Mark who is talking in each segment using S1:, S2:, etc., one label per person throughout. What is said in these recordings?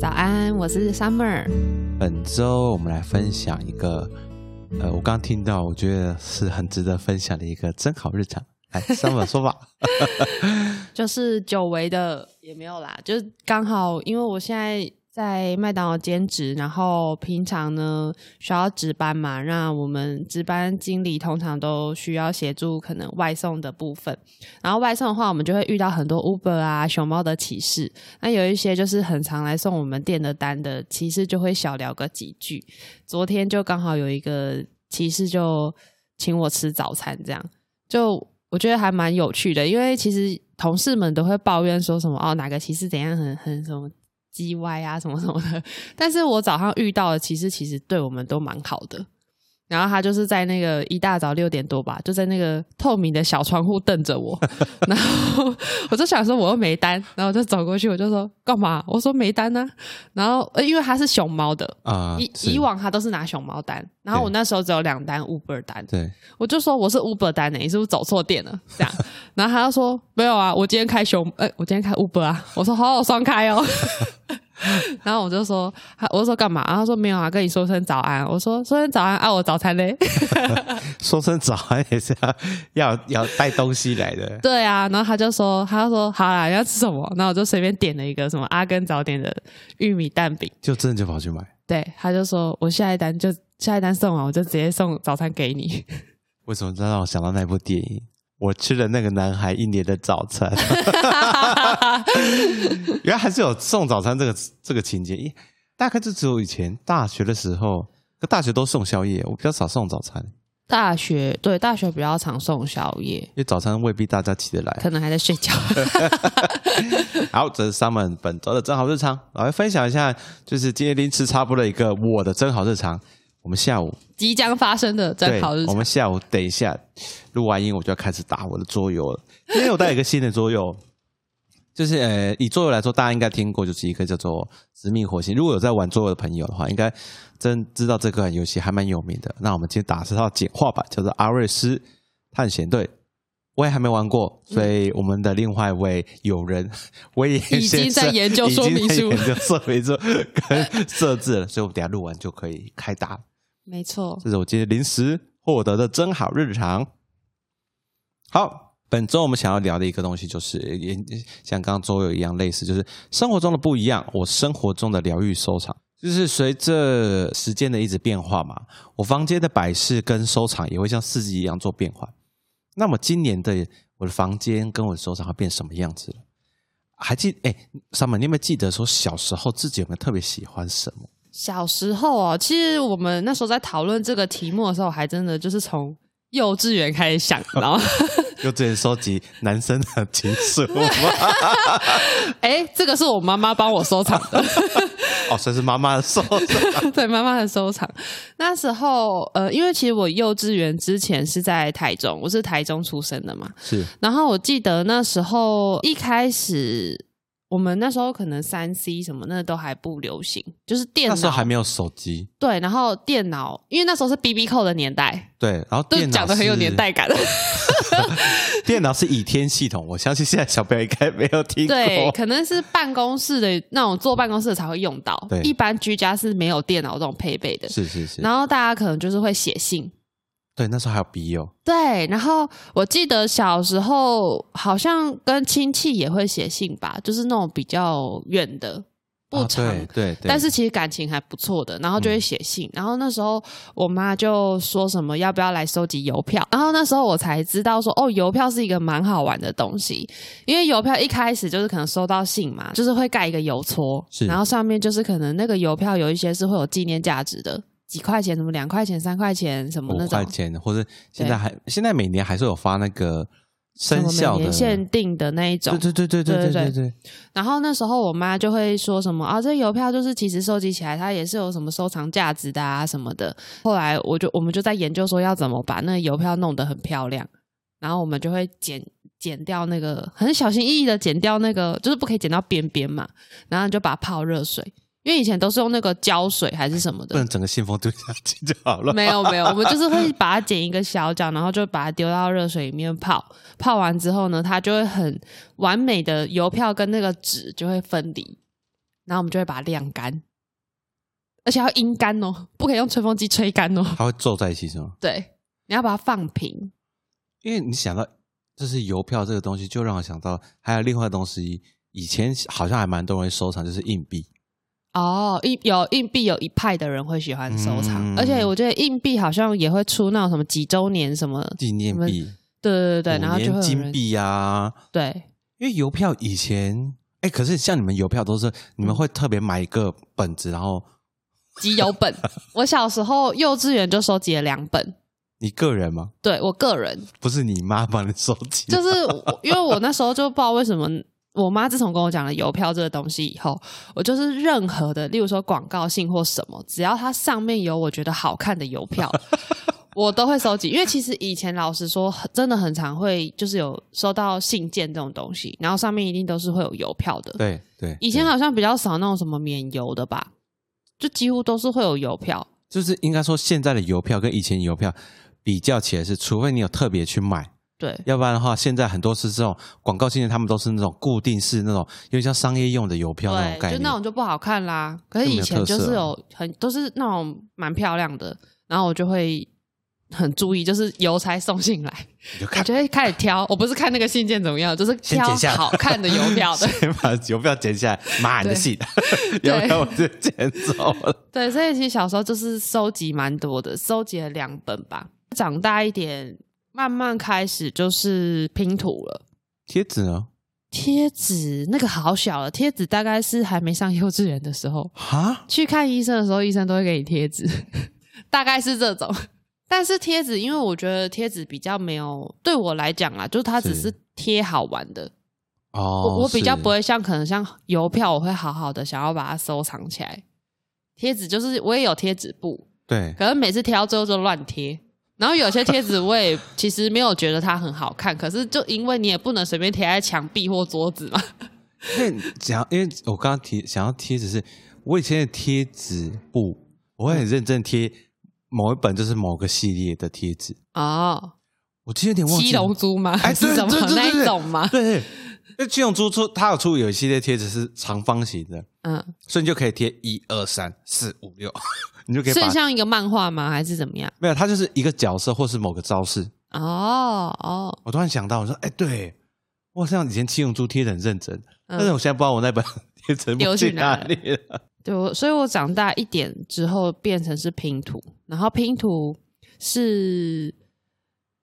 S1: 早安，我是 Summer。
S2: 本周我们来分享一个，呃，我刚听到，我觉得是很值得分享的一个真好日常。来，Summer 说 吧。
S1: 就是久违的也没有啦，就是刚好因为我现在在麦当劳兼职，然后平常呢需要值班嘛，那我们值班经理通常都需要协助可能外送的部分，然后外送的话，我们就会遇到很多 Uber 啊、熊猫的骑士，那有一些就是很常来送我们店的单的骑士，就会小聊个几句。昨天就刚好有一个骑士就请我吃早餐，这样就我觉得还蛮有趣的，因为其实同事们都会抱怨说什么哦，哪个骑士怎样很很什么叽歪啊，什么什么的。 但是我早上遇到的骑士其实对我们都蛮好的。然后他就是在那个一大早六点多吧，就在那个透明的小窗户瞪着我， 然后我就想说我又没单，然后我就走过去，我就说干嘛？我说没单呢、然后呃因为他是熊猫的，
S2: 啊、
S1: 以
S2: 是
S1: 以往他都是拿熊猫单，然后我
S2: 对
S1: 那时候只有两单 Uber 单，
S2: 对，
S1: 我就说我是 Uber 单欸呢、你是不是走错店了？这样， 然后他就说没有啊，我今天开熊，呃，我今天开 Uber 啊。我说好，我双开哦。 然后我就说，他我就说干嘛？然后他说没有啊，跟你说声早安。我说说声早安啊，我早餐嘞。。
S2: 说声早安也是要要要带东西来的
S1: 对啊，然后他就说，他就说好啦，你要吃什么？然后我就随便点了一个什么阿根早点的玉米蛋饼。
S2: 就真的就跑去买，
S1: 对，他就说我下一单就下一单送完，我就直接送早餐给你。
S2: 为什么这让我想到那部电影？我吃了那个男孩一年的早餐，原来还是有送早餐这个这个情节。咦大概就只有以前大学的时候，可大学都送宵夜，我比较少送早餐，
S1: 大学对大学比较常送宵夜，
S2: 因为早餐未必大家起得来。
S1: 可能还在睡觉。
S2: 好，这是 Summer 本周的真好日常，我来分享一下，就是今天临时插播了一个我的真好日常。我们下午
S1: 即将发生的
S2: 对
S1: 真好日，
S2: 我
S1: 常。
S2: 们下午等一下录完音，我就要开始打我的桌游了。今天我带一个新的桌游，就是呃，以桌游来说，大家应该听过，就是一个叫做《致命火星》。如果有在玩桌游的朋友的话，应该真知道这款游戏还蛮有名的。那我们今天打的是它的简化版，叫做《阿瑞斯探险队》。我也还没玩过，所以我们的另外一位友人威廉
S1: 嗯已经
S2: 先生
S1: 在研究说
S2: 已
S1: 明书
S2: 经在研究说明书跟设置了，所以我们等一下录完就可以开打
S1: 没错，
S2: 这是我今天临时获得的真好日常。好，本周我们想要聊的一个东西，就是也像刚刚周友一样类似，就是生活中的不一样，我生活中的疗愈收藏。就是随着时间的一直变化嘛，我房间的摆饰跟收藏也会像四季一样做变化。那么今年的我的房间跟我的收藏会变什么样子了？还记哎，三门，你有没有记得说小时候自己有没有特别喜欢什么？
S1: 小时候哦，其实我们那时候在讨论这个题目的时候，还真的就是从幼稚园开始想，然后
S2: 幼稚园收集男生的情书吗？
S1: 哎，这个是我妈妈帮我收藏的，
S2: 哦，算是妈妈的收藏。
S1: 对妈妈的收藏。那时候呃，因为其实我幼稚园之前是在台中，我是台中出生的嘛，
S2: 是
S1: 然后我记得那时候一开始。我们那时候可能三 C 什么那都还不流行，就是电
S2: 那
S1: 脑
S2: 时候还没有手机，
S1: 对，然后电脑，因为那时候是 B B 扣的年代，
S2: 对，然后
S1: 都
S2: 电脑
S1: 讲的很有
S2: 是
S1: 年。代 感。
S2: 电脑是倚天系统，我相信现在小朋友应该没有听过。
S1: 对，可能是办公室的那种坐办公室的才会用到
S2: 对，
S1: 一般居家是没有电脑这种配备的。
S2: 是是是，
S1: 然后大家可能就是会写信。
S2: 对，那时候还有笔友，
S1: 对，然后我记得小时候好像跟亲戚也会写信吧，就是那种比较远的，不
S2: 啊
S1: 长
S2: 对对对，嗯
S1: 但是其实感情还不错的，然后就会写信。然后那时候我妈就说什么要不要来收集邮票，然后那时候我才知道说哦，邮票是一个蛮好玩的东西，因为邮票一开始就是可能收到信嘛，就是会盖一个邮戳，
S2: 嗯是
S1: 然后上面就是可能那个邮票有一些是会有纪念价值的，几块钱什么两块钱三块钱什么
S2: 五
S1: 那
S2: 块
S1: 种，
S2: 钱，或者现在还现在每年还是有发那个
S1: 什
S2: 生
S1: 么
S2: 效
S1: 每
S2: 的
S1: 年限定的那一种
S2: 对。对对对对
S1: 对
S2: 对
S1: 对
S2: 对，
S1: 然后那时候我妈就会说什么啊，这邮票就是其实收集起来它也是有什么收藏价值的啊什么的。后来我就我们就在研究说要怎么把那邮票弄得很漂亮，然后我们就会剪剪掉那个很小心翼翼的剪掉那个，就是不可以剪到边边嘛，然后你就把它泡热水，因为以前都是用那个胶水还是什么
S2: 不
S1: 的。
S2: 能整个信封丢下去就好 了。
S1: 没有没有，我们就是会把它剪一个小角，然后就把它丢到热水里面泡，泡完之后呢，它就会很完美的邮票跟那个纸就会分离，然后我们就会把它晾干，而且要阴干哦，不可以用吹风机吹干哦。
S2: 它会皱在一起是吗？
S1: 对，你要把它放平。
S2: 因为你想到就是邮票这个东西，就让我想到还有另外的东西，以前好像还蛮多人收藏，就是硬币。
S1: 哦，硬有硬币有一派的人会喜欢收藏，
S2: 嗯
S1: 而且我觉得硬币好像也会出那种什么几周年什么，
S2: 纪念币，
S1: 对对对对，
S2: 五
S1: 然后就
S2: 年
S1: 会有
S2: 金
S1: 人
S2: 币呀、
S1: 对
S2: 因为邮票以前，哎，可是像你们邮票都是你们会特别买一个本子，然后
S1: 集邮本。我小时候幼稚园就收集了两本，
S2: 你个人吗？
S1: 对我个人，
S2: 不是你妈帮你收集，
S1: 就是我因为我那时候就不知道为什么，我妈自从跟我讲了邮票这个东西以后，我就是任何的，例如说广告信或什么，只要它上面有我觉得好看的邮 票。我都会收集，因为其实以前老实说，很真的很常会就是有收到信件这种东西，然后上面一定都是会有邮票的。
S2: 对对，
S1: 以前
S2: 对
S1: 好像比较少那种什么免邮的吧，就几乎都是会有邮票。
S2: 就是应该说现在的邮票跟以前邮票比较起来是，除非你有特别去买，
S1: 对，
S2: 要不然的话，现在很多是这种广告信件，他们都是那种固定式那种，有点像商业用的邮票那种概
S1: 对，
S2: 念，
S1: 就那种就不好看啦。可是
S2: 就没
S1: 以
S2: 有
S1: 前
S2: 特色啊
S1: 就是
S2: 了
S1: 有很都是那种蛮漂亮的，然后我就会很注意，就是邮差送信来，
S2: 你就
S1: 我
S2: 看
S1: 就会开始挑。我不是看那个信件怎么样，就是
S2: 先
S1: 挑
S2: 剪下来
S1: 好看的邮票 的。
S2: 先把邮票捡起来，妈你的
S1: 对
S2: 信，邮票我就捡走了。
S1: 对，所以其实小时候就是收集蛮多的，收集了两本吧。长大一点，慢慢开始就是拼图了。
S2: 贴纸呢？
S1: 贴纸那个好小了，贴纸大概是还没上幼稚园的时候，
S2: 哈，
S1: 去看医生的时候，医生都会给你贴纸， 大概是这种。但是贴纸，因为我觉得贴纸比较没有对我来讲啦，就是它只
S2: 是
S1: 是贴好玩的。
S2: 哦，
S1: 我我比较
S2: 是
S1: 不会像可能像邮票，我会好好的想要把它收藏起来。贴纸就是我也有贴纸布，
S2: 对，
S1: 可能每次贴到最后就乱贴。然后有些贴纸我也其实没有觉得它很好看，可是就因为你也不能随便贴在墙壁或桌子嘛。
S2: 因为想要，因为我刚刚提想要贴纸是，我以前的贴纸布，我会很认真贴某一本就是某个系列的贴纸，
S1: 哦，
S2: 我其实有点忘记
S1: 七龙
S2: 了。
S1: 珠吗？
S2: 哎，
S1: 还是
S2: 对
S1: 什么
S2: 对对
S1: 那
S2: 对
S1: 一
S2: 对
S1: 种吗？
S2: 对，对因为七龙珠出它有出有一系列贴纸是长方形的，
S1: 嗯，
S2: 所以你就可以贴一二三四五六， 你就可以
S1: 所以
S2: 把
S1: 像一个漫画吗？还是怎么样？
S2: 没有，它就是一个角色或是某个招式。
S1: 哦哦，
S2: 我突然想到，我说，哎，对，我好像以前七龙珠贴的很认真，但是
S1: 嗯，
S2: 我现在不知道我那本贴纸
S1: 丢去
S2: 去哪
S1: 哪
S2: 里了。
S1: 对，我所以我长大一点之后变成是拼图，然后拼图是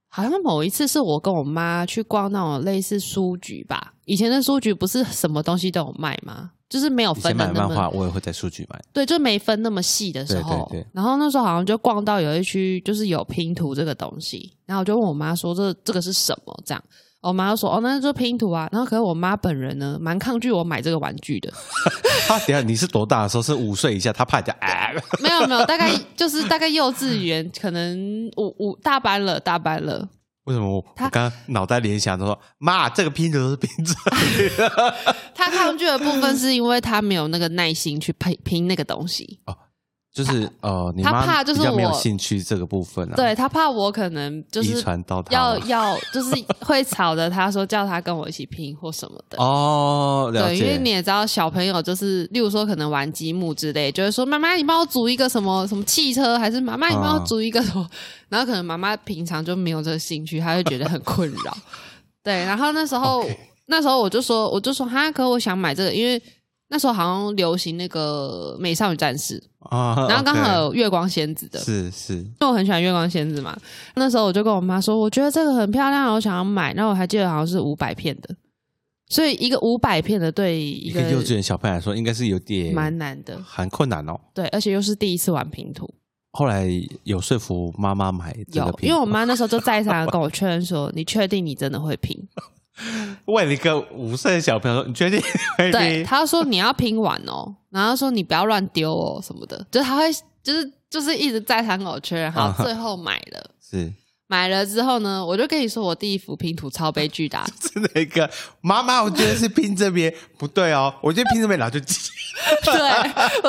S1: 好像某一次是我跟我妈去逛那种类似书局吧，以前的书局不是什么东西都有卖吗？就是没有
S2: 以前
S1: 分的
S2: 买
S1: 那
S2: 漫
S1: 么
S2: 画，我也会在数据买。
S1: 对，就没分那么细的时候，
S2: 对对对
S1: 然后那时候好像就逛到有一区就是有拼图这个东西，然后我就问我妈说这这个是什么这样。我妈就说：“哦，那就拼图啊。”然后，可是我妈本人呢，蛮抗拒我买这个玩具 的。
S2: 他等一下你是多大的时候？是五岁以下，他怕人家哎，
S1: 没有，没有，大概就是大概幼稚园，可能五五大班了，大班了。
S2: 为什么我
S1: 他
S2: 我刚刚脑袋联想，他说妈，这个拼图是拼这里的
S1: 她抗拒的部分是因为她没有那个耐心去拼拼那个东西。
S2: 就是呃，你
S1: 他
S2: 妈
S1: 怕就是
S2: 比较没有
S1: 我
S2: 兴趣这个部分啊，
S1: 对，她怕我可能就是
S2: 遗传到他
S1: 要
S2: 吗
S1: 要就是会吵着她说叫她跟我一起拼或什么的。
S2: 哦，了
S1: 对，因为
S2: 解
S1: 你，也知道，小朋友就是，例如说可能玩积木之类，就会说妈妈，你帮我组一个什么什么汽车，还是妈妈，你
S2: 嗯
S1: 帮我组一个什么？ 然后可能妈妈平常就没有这个兴趣，她就觉得很困扰。对，然后那时候
S2: OK
S1: 那时候我就说，我就说哈，可我想买这个，因为那时候好像流行那个美少女战士，
S2: 啊
S1: 然后刚
S2: OK
S1: 好有月光仙子的，
S2: 是是
S1: 因为我很喜欢月光仙子嘛。那时候我就跟我妈说，我觉得这个很漂亮，我想要买。那我还记得好像是五百片的，所以一个五百片的对一
S2: 一
S1: 个
S2: 个幼稚园小朋友来说，应该是有点
S1: 蛮难的，
S2: 很困难哦。
S1: 对，而且又是第一次玩拼图，
S2: 后来有说服妈妈买这个
S1: 有，
S2: 苹
S1: 因为我
S2: 果
S1: 妈那时候就再三地跟我确认说：“你确定你真的会拼
S2: 问一个五岁的小朋友说：“你确定？”？”
S1: 对，，她说你要拼完哦，然后说你不要乱丢哦什么的，就是她会就是就是一直再三跟我确认。好
S2: 啊，
S1: 最后买了，
S2: 是
S1: 买了之后呢，我就跟你说我第一幅拼图超悲剧的啊、
S2: 是那个妈妈，我觉得是拼这边不对哦，我觉得拼这边然后就
S1: 对，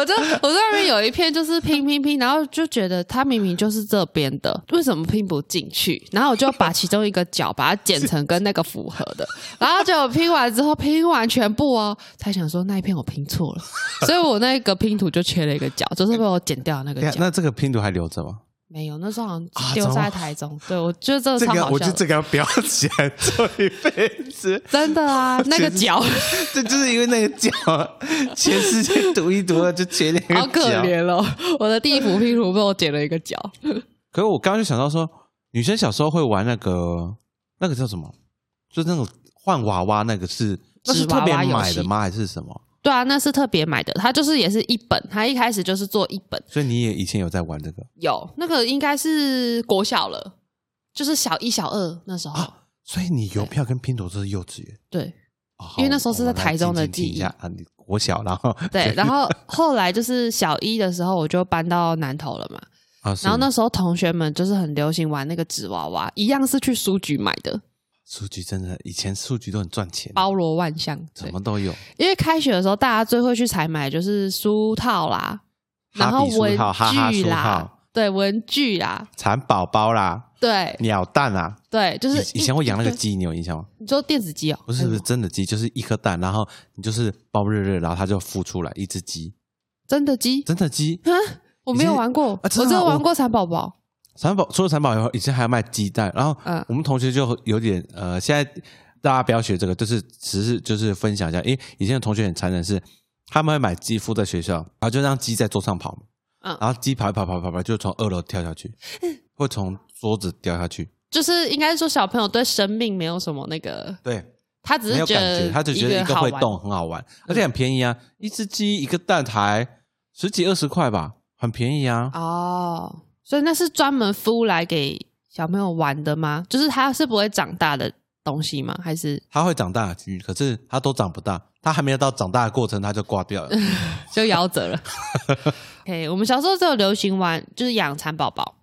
S1: 我就我在那边有一片就是拼拼拼，然后就觉得它明明就是这边的，为什么拼不进去？然后我就把其中一个角把它剪成跟那个符合的，然后结果拼完之后拼完全部哦，才想说那一片我拼错了，所以我那个拼图就缺了一个角，就是被我剪掉的
S2: 等
S1: 那个
S2: 一下
S1: 角。
S2: 那这个拼图还留着吗？
S1: 没有，那时候好
S2: 啊
S1: 像丢在台中，对我觉得这个
S2: 这
S1: 超
S2: 个
S1: 好
S2: 我觉
S1: 笑
S2: 得
S1: 的。
S2: 这个要标起来做一辈子，
S1: 真的 啊，那个
S2: 其实
S1: 角
S2: 这就是因为那个角，全世界独一独二，就缺那个角。
S1: 好可怜哦！我的第一幅拼图被我剪了一个角，
S2: 可是我刚刚就想到说，女生小时候会玩那个那个叫什么，就是那种换娃娃那个是那是
S1: 纸娃
S2: 特
S1: 娃
S2: 别
S1: 游戏
S2: 买的吗？还是什么？
S1: 对啊，那是特别买的，它就是也是一本，它一开始就是做一本，
S2: 所以你也以前有在玩这个，
S1: 有那个应该是国小了，就是小一、小二那时候，
S2: 啊所以你邮票跟拼图都是幼稚园。
S1: 对
S2: 哦好
S1: 因为那时候是在
S2: 我们来
S1: 台中的
S2: 静静听一
S1: 记忆
S2: 下啊，你国啊小然后
S1: 对，然后后来就是小一的时候，我就搬到南投了嘛，
S2: 啊，是
S1: 然后那时候同学们就是很流行玩那个纸娃娃，一样是去书局买的，
S2: 数据真的以前数据都很赚钱，
S1: 包罗万象，
S2: 什
S1: 对，
S2: 么都有，
S1: 因为开学的时候大家最会去采买的就是书套啦，然
S2: 哈
S1: 后
S2: 比书
S1: 文具
S2: 套
S1: 啦，
S2: 哈哈书套
S1: 对，文具啦，
S2: 蚕宝宝啦，
S1: 对
S2: 鸟蛋啦，
S1: 对，就是
S2: 以以前会养那个
S1: 一
S2: 鸡，你有印象吗？
S1: 你说电子鸡哦，
S2: 不是不是真的鸡，就是一颗蛋，然后你就是包热热，然后它就孵出来一只鸡，
S1: 真的鸡
S2: 真的鸡。
S1: 啊，我没有玩过，
S2: 啊
S1: 我
S2: 真
S1: 只
S2: 的啊
S1: 有
S2: 我
S1: 玩过蚕宝宝。
S2: 蚕宝除了蚕宝以后，以前还要卖鸡蛋，然后
S1: 嗯
S2: 我们同学就有点呃，现在大家不要学这个，就是只是就是分享一下，因为以前的同学很残忍是，他们会买鸡孵在学校，然后就让鸡在桌上跑，
S1: 嗯
S2: 然后鸡跑一跑跑一跑跑，就从二楼跳下去，会从桌子掉下去，
S1: 就是应该说小朋友对生命没有什么那个，
S2: 对，
S1: 他只
S2: 没
S1: 是
S2: 有
S1: 觉
S2: 感
S1: 得
S2: 觉，他就觉得一个
S1: 好
S2: 会
S1: 玩，
S2: 动很好玩，而且很便宜啊，一只鸡一个蛋才十几二十块吧，很便宜啊，
S1: 哦，所以那是专门孵来给小朋友玩的吗？就是它是不会长大的东西吗？还是
S2: 它会长大，嗯可是它都长不大，它还没有到长大的过程，它就挂 掉了。
S1: 就夭折 了？OK，我们小时候就有流行玩，就是养蚕宝宝，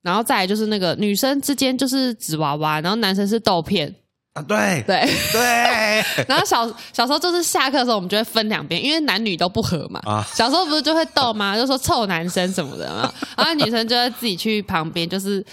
S1: 然后再来就是那个女生之间就是纸娃娃，然后男生是豆片，
S2: 啊，对
S1: 对。
S2: 对，
S1: 然后小小时候就是下课的时候，我们就会分两边，因为男女都不合嘛。
S2: 啊
S1: 小时候不是就会逗吗？就说臭男生什么的嘛，然后女生就会自己去旁边，就是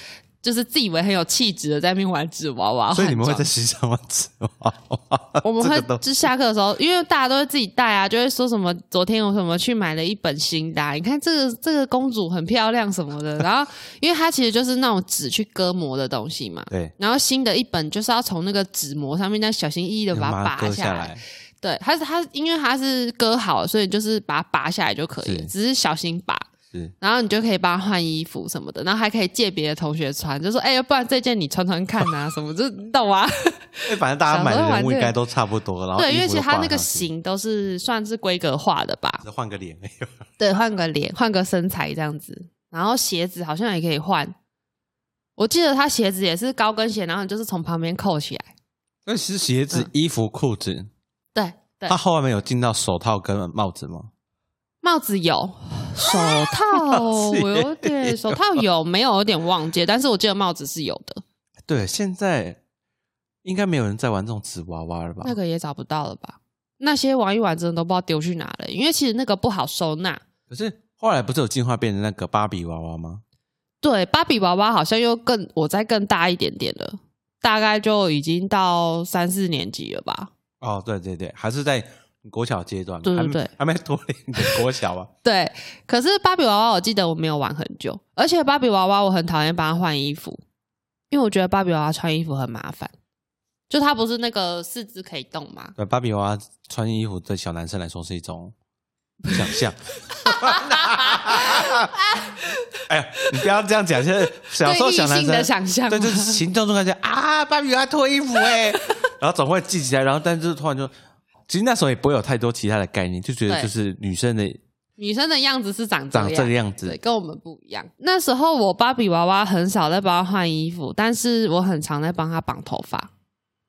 S1: 就是自以为很有气质的在那边玩纸娃娃。
S2: 所以你们会在
S1: 换装
S2: 时尚玩纸娃娃？
S1: 我们
S2: 这
S1: 会
S2: 个都
S1: 就下课的时候，因为大家都会自己带啊，就会说什么昨天我什么去买了一本新的、啊，你看这个这个公主很漂亮什么的。然后因为它其实就是那种纸去割膜的东西嘛，
S2: 对，
S1: 然后新的一本就是要从那个纸膜上面这样小心翼翼的把它
S2: 把它
S1: 拔
S2: 割
S1: 下来。
S2: 来。
S1: 对，它是它，因为它是割好，所以就是把它拔下来就可以了
S2: 是
S1: 只是小心拔。
S2: 是
S1: 然后你就可以帮他换衣服什么的，然后还可以借别的同学穿，就说：“哎、要不然这件你穿穿看啊，什么，就是你懂啊
S2: 因为反正大家买的人物应该都差不 多，然？”后
S1: 对，因为
S2: 衣服
S1: 其
S2: 都
S1: 实它
S2: 挂
S1: 那
S2: 上
S1: 个
S2: 去，
S1: 型都是算是规格化的吧，
S2: 只换个脸而 已。
S1: 对，换个脸，换个身材这样子，然后鞋子好像也可以换。我记得他鞋子也是高跟鞋，然后你就是从旁边扣起来。
S2: 那其实鞋子、衣服、裤子，
S1: 对嗯对
S2: 它，后面有进到手套跟帽子吗？
S1: 帽子有，手套
S2: 帽子也
S1: 我有点手套有没有有点忘记，但是我记得帽子是有的，
S2: 对，现在应该没有人在玩这种纸娃娃了吧？
S1: 那个也找不到了吧？那些玩一玩真的都不知道丢去哪了，因为其实那个不好收纳。
S2: 可是后来不是有进化变成那个芭比娃娃吗？
S1: 对，芭比娃娃好像又更我再更大一点点了，大概就已经到三四年级了吧？
S2: 哦，对对对，还是在国小阶段，
S1: 对对
S2: 还没
S1: 对
S2: 还没脱离你的国小啊。
S1: 对，可是芭比娃娃我记得我没有玩很久，而且芭比娃娃我很讨厌帮她换衣服，因为我觉得芭比娃娃穿衣服很麻烦，就她不是那个四肢可以动吗？
S2: 对，芭比娃娃穿衣服对小男生来说是一种想象。 哎呀，你不要这样讲，现在小时候
S1: 对异
S2: 小男
S1: 性的
S2: 生，
S1: 想象吗，
S2: 对，就是行动中感觉 啊，芭比娃娃脱衣服哎、然后总会记起来，然后但是突然就，其实那时候也不会有太多其他的概念，就觉得
S1: 对
S2: 就是女生的
S1: 女生的样子是长
S2: 长这
S1: 这样
S2: 个。样
S1: 对，
S2: 子，
S1: 跟我们不一样。那时候我芭比娃娃很少在帮她换衣服，但是我很常在帮她绑头发，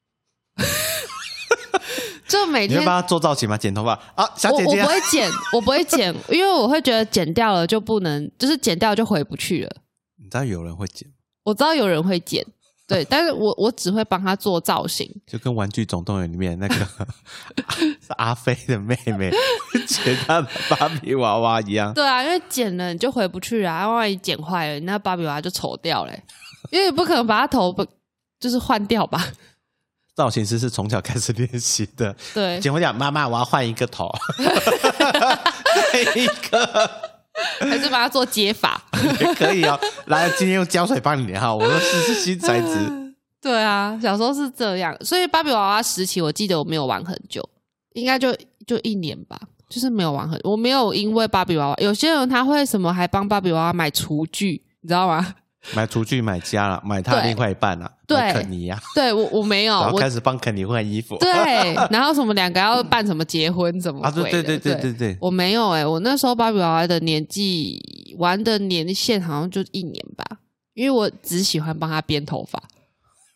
S1: 就每
S2: 你会
S1: 天
S2: 帮他做造型吗？剪头发啊，小
S1: 我
S2: 姐
S1: 我
S2: 姐啊，
S1: 不会剪，我不会剪，因为我会觉得剪掉了就不能，就是剪掉就回不去了。
S2: 你知道有人会剪，
S1: 我知道有人会剪，对，但是我我只会帮她做造型，
S2: 就跟《玩具总动员》里面那个 是阿飞的妹妹 剪她的芭比娃娃一样。
S1: 对啊，因为剪了你就回不去啊，万一剪坏了，那芭比娃娃就丑掉嘞、因为你不可能把它头不就是换掉吧？
S2: 造型师是从小开始练习的，
S1: 对，
S2: 剪会讲妈妈，我要换一个头， 换一个
S1: 还是把它做接法？
S2: 也可以哦。 来，今天用胶水帮你粘好，我说是是新材 质，
S1: 对啊，小时候是这样，所以芭比娃娃时期，我记得我没有玩很久，应该就就一年吧，就是没有玩很，我没有因为芭比娃娃，有些人他会什么还帮芭比娃娃买厨具，你知道吗？
S2: 买厨具、买家了，买他
S1: 对
S2: 另外一半了，
S1: 对
S2: 买肯尼呀，
S1: 对我我没有，
S2: 然后
S1: 我
S2: 开始帮肯尼换衣服。
S1: 对，然后什么两个要办什么结婚什么
S2: 啊，
S1: 鬼
S2: 对对
S1: 的
S2: 对对
S1: 对
S2: 对对，
S1: 我没有哎、我那时候芭比娃娃的年纪玩的年限好像就一年吧，因为我只喜欢帮她编头发，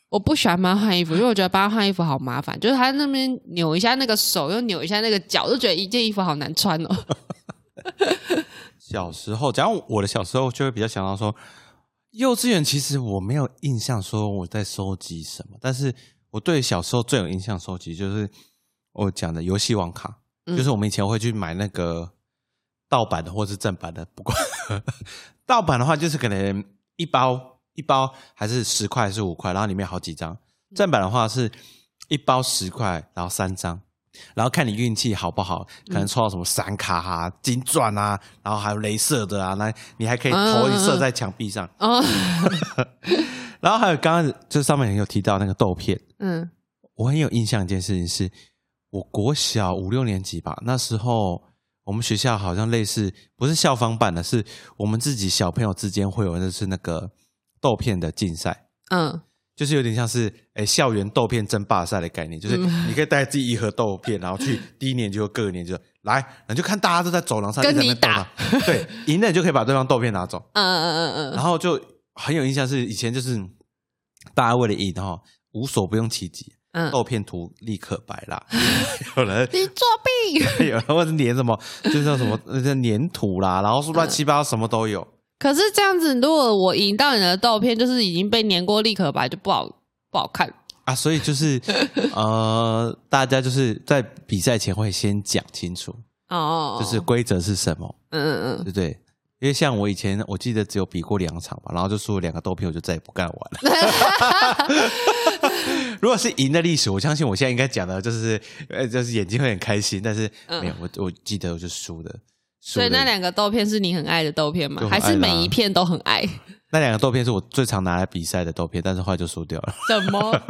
S1: 我不喜欢帮她换衣服，因为我觉得帮她换衣服好麻烦，就是她那边扭一下那个手，又扭一下那个脚，就觉得一件衣服好难穿哦。
S2: 小时候，讲我的小时候，就会比较想到说，幼稚园其实我没有印象说我在收集什么，但是我对小时候最有印象收集就是我讲的游戏王卡，
S1: 嗯
S2: 就是我们以前会去买那个盗版的或是正版的，不管盗版的话就是可能一包一包还是十块还是五块，然后里面好几张；
S1: 嗯
S2: 正版的话是一包十块，然后三张。然后看你运气好不好，可
S1: 嗯
S2: 能抽到什么闪卡啊、金钻啊，然后还有镭射的啊，那你还可以投
S1: 嗯嗯嗯
S2: 射在墙壁上。
S1: 哦，
S2: 然后还有刚刚就是上面有提到那个豆片，
S1: 嗯
S2: 我很有印象一件事情是，我国小五六年级吧，那时候我们学校好像类似不是校方办的，是我们自己小朋友之间会有就是那个豆片的竞赛。
S1: 嗯，
S2: 就是有点像是诶、校园豆片争霸赛的概念，就是
S1: 嗯
S2: 你可以带自己一盒豆片，然后去第一年就各年就来，然后就看大家都在走廊上一
S1: 跟
S2: 直在
S1: 你
S2: 那边斗嘛，对，赢了你就可以把对方豆片拿走。
S1: 嗯嗯嗯嗯
S2: 然后就很有印象是以前就是大家为了赢哈，无所不用其极，
S1: 嗯嗯，
S2: 豆片涂立可白啦， 有人
S1: 你作弊！
S2: 有人会粘什么，就是叫什么那个粘土啦，然后是乱七八糟什么都有。
S1: 可是这样子，如果我赢到你的豆片，就是已经被粘过立可白，就不好不好看。
S2: 啊，所以就是 呃，大家就是在比赛前会先讲清楚，
S1: 哦，
S2: 就是规则是什么，
S1: 嗯嗯
S2: 对不对？因为像我以前，我记得只有比过两场吧，然后就输了两个豆片，我就再也不干玩了。 如果是赢的历史，我相信我现在应该讲的就是，呃，就是眼睛会很开心，但是
S1: 嗯
S2: 没有，我我记得我就输的，输
S1: 所以
S2: 的
S1: 那两个豆片是你很爱的豆片
S2: 就
S1: 吗？
S2: 很爱
S1: 还
S2: 啦
S1: 是每一片都很 爱？
S2: 那两个豆片是我最常拿来比赛的豆片，但是后来就输掉了。
S1: 什么？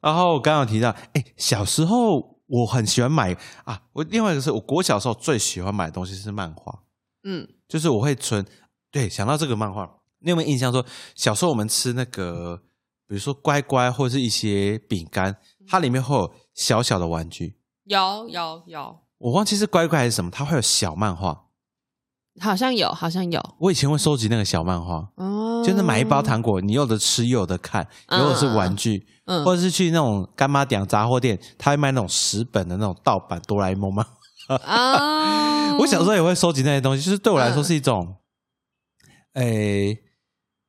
S2: 然后我刚刚有提到，哎，小时候我很喜欢买啊，我另外一个是我国小时候最喜欢买的东西是漫画，
S1: 嗯
S2: 就是我会存。对，想到这个漫画，你有没有印象说小时候我们吃那个，比如说乖乖或是一些饼干，它里面会有小小的玩具，，
S1: 有有有，
S2: 我忘记是乖乖还是什么，它会有小漫画。
S1: 好像有，好像有
S2: 我以前会收集那个小漫画，
S1: 哦，
S2: 就是买一包，糖果，你有的吃，有的看，有
S1: 嗯
S2: 的是玩具。
S1: 嗯，
S2: 或者是去那种干妈店、杂货店，他会卖那种十本的那种盗版哆啦 A 梦吗？
S1: 啊
S2: 我小时候也会收集那些东西，就是对我来说
S1: 嗯
S2: 是一种，诶、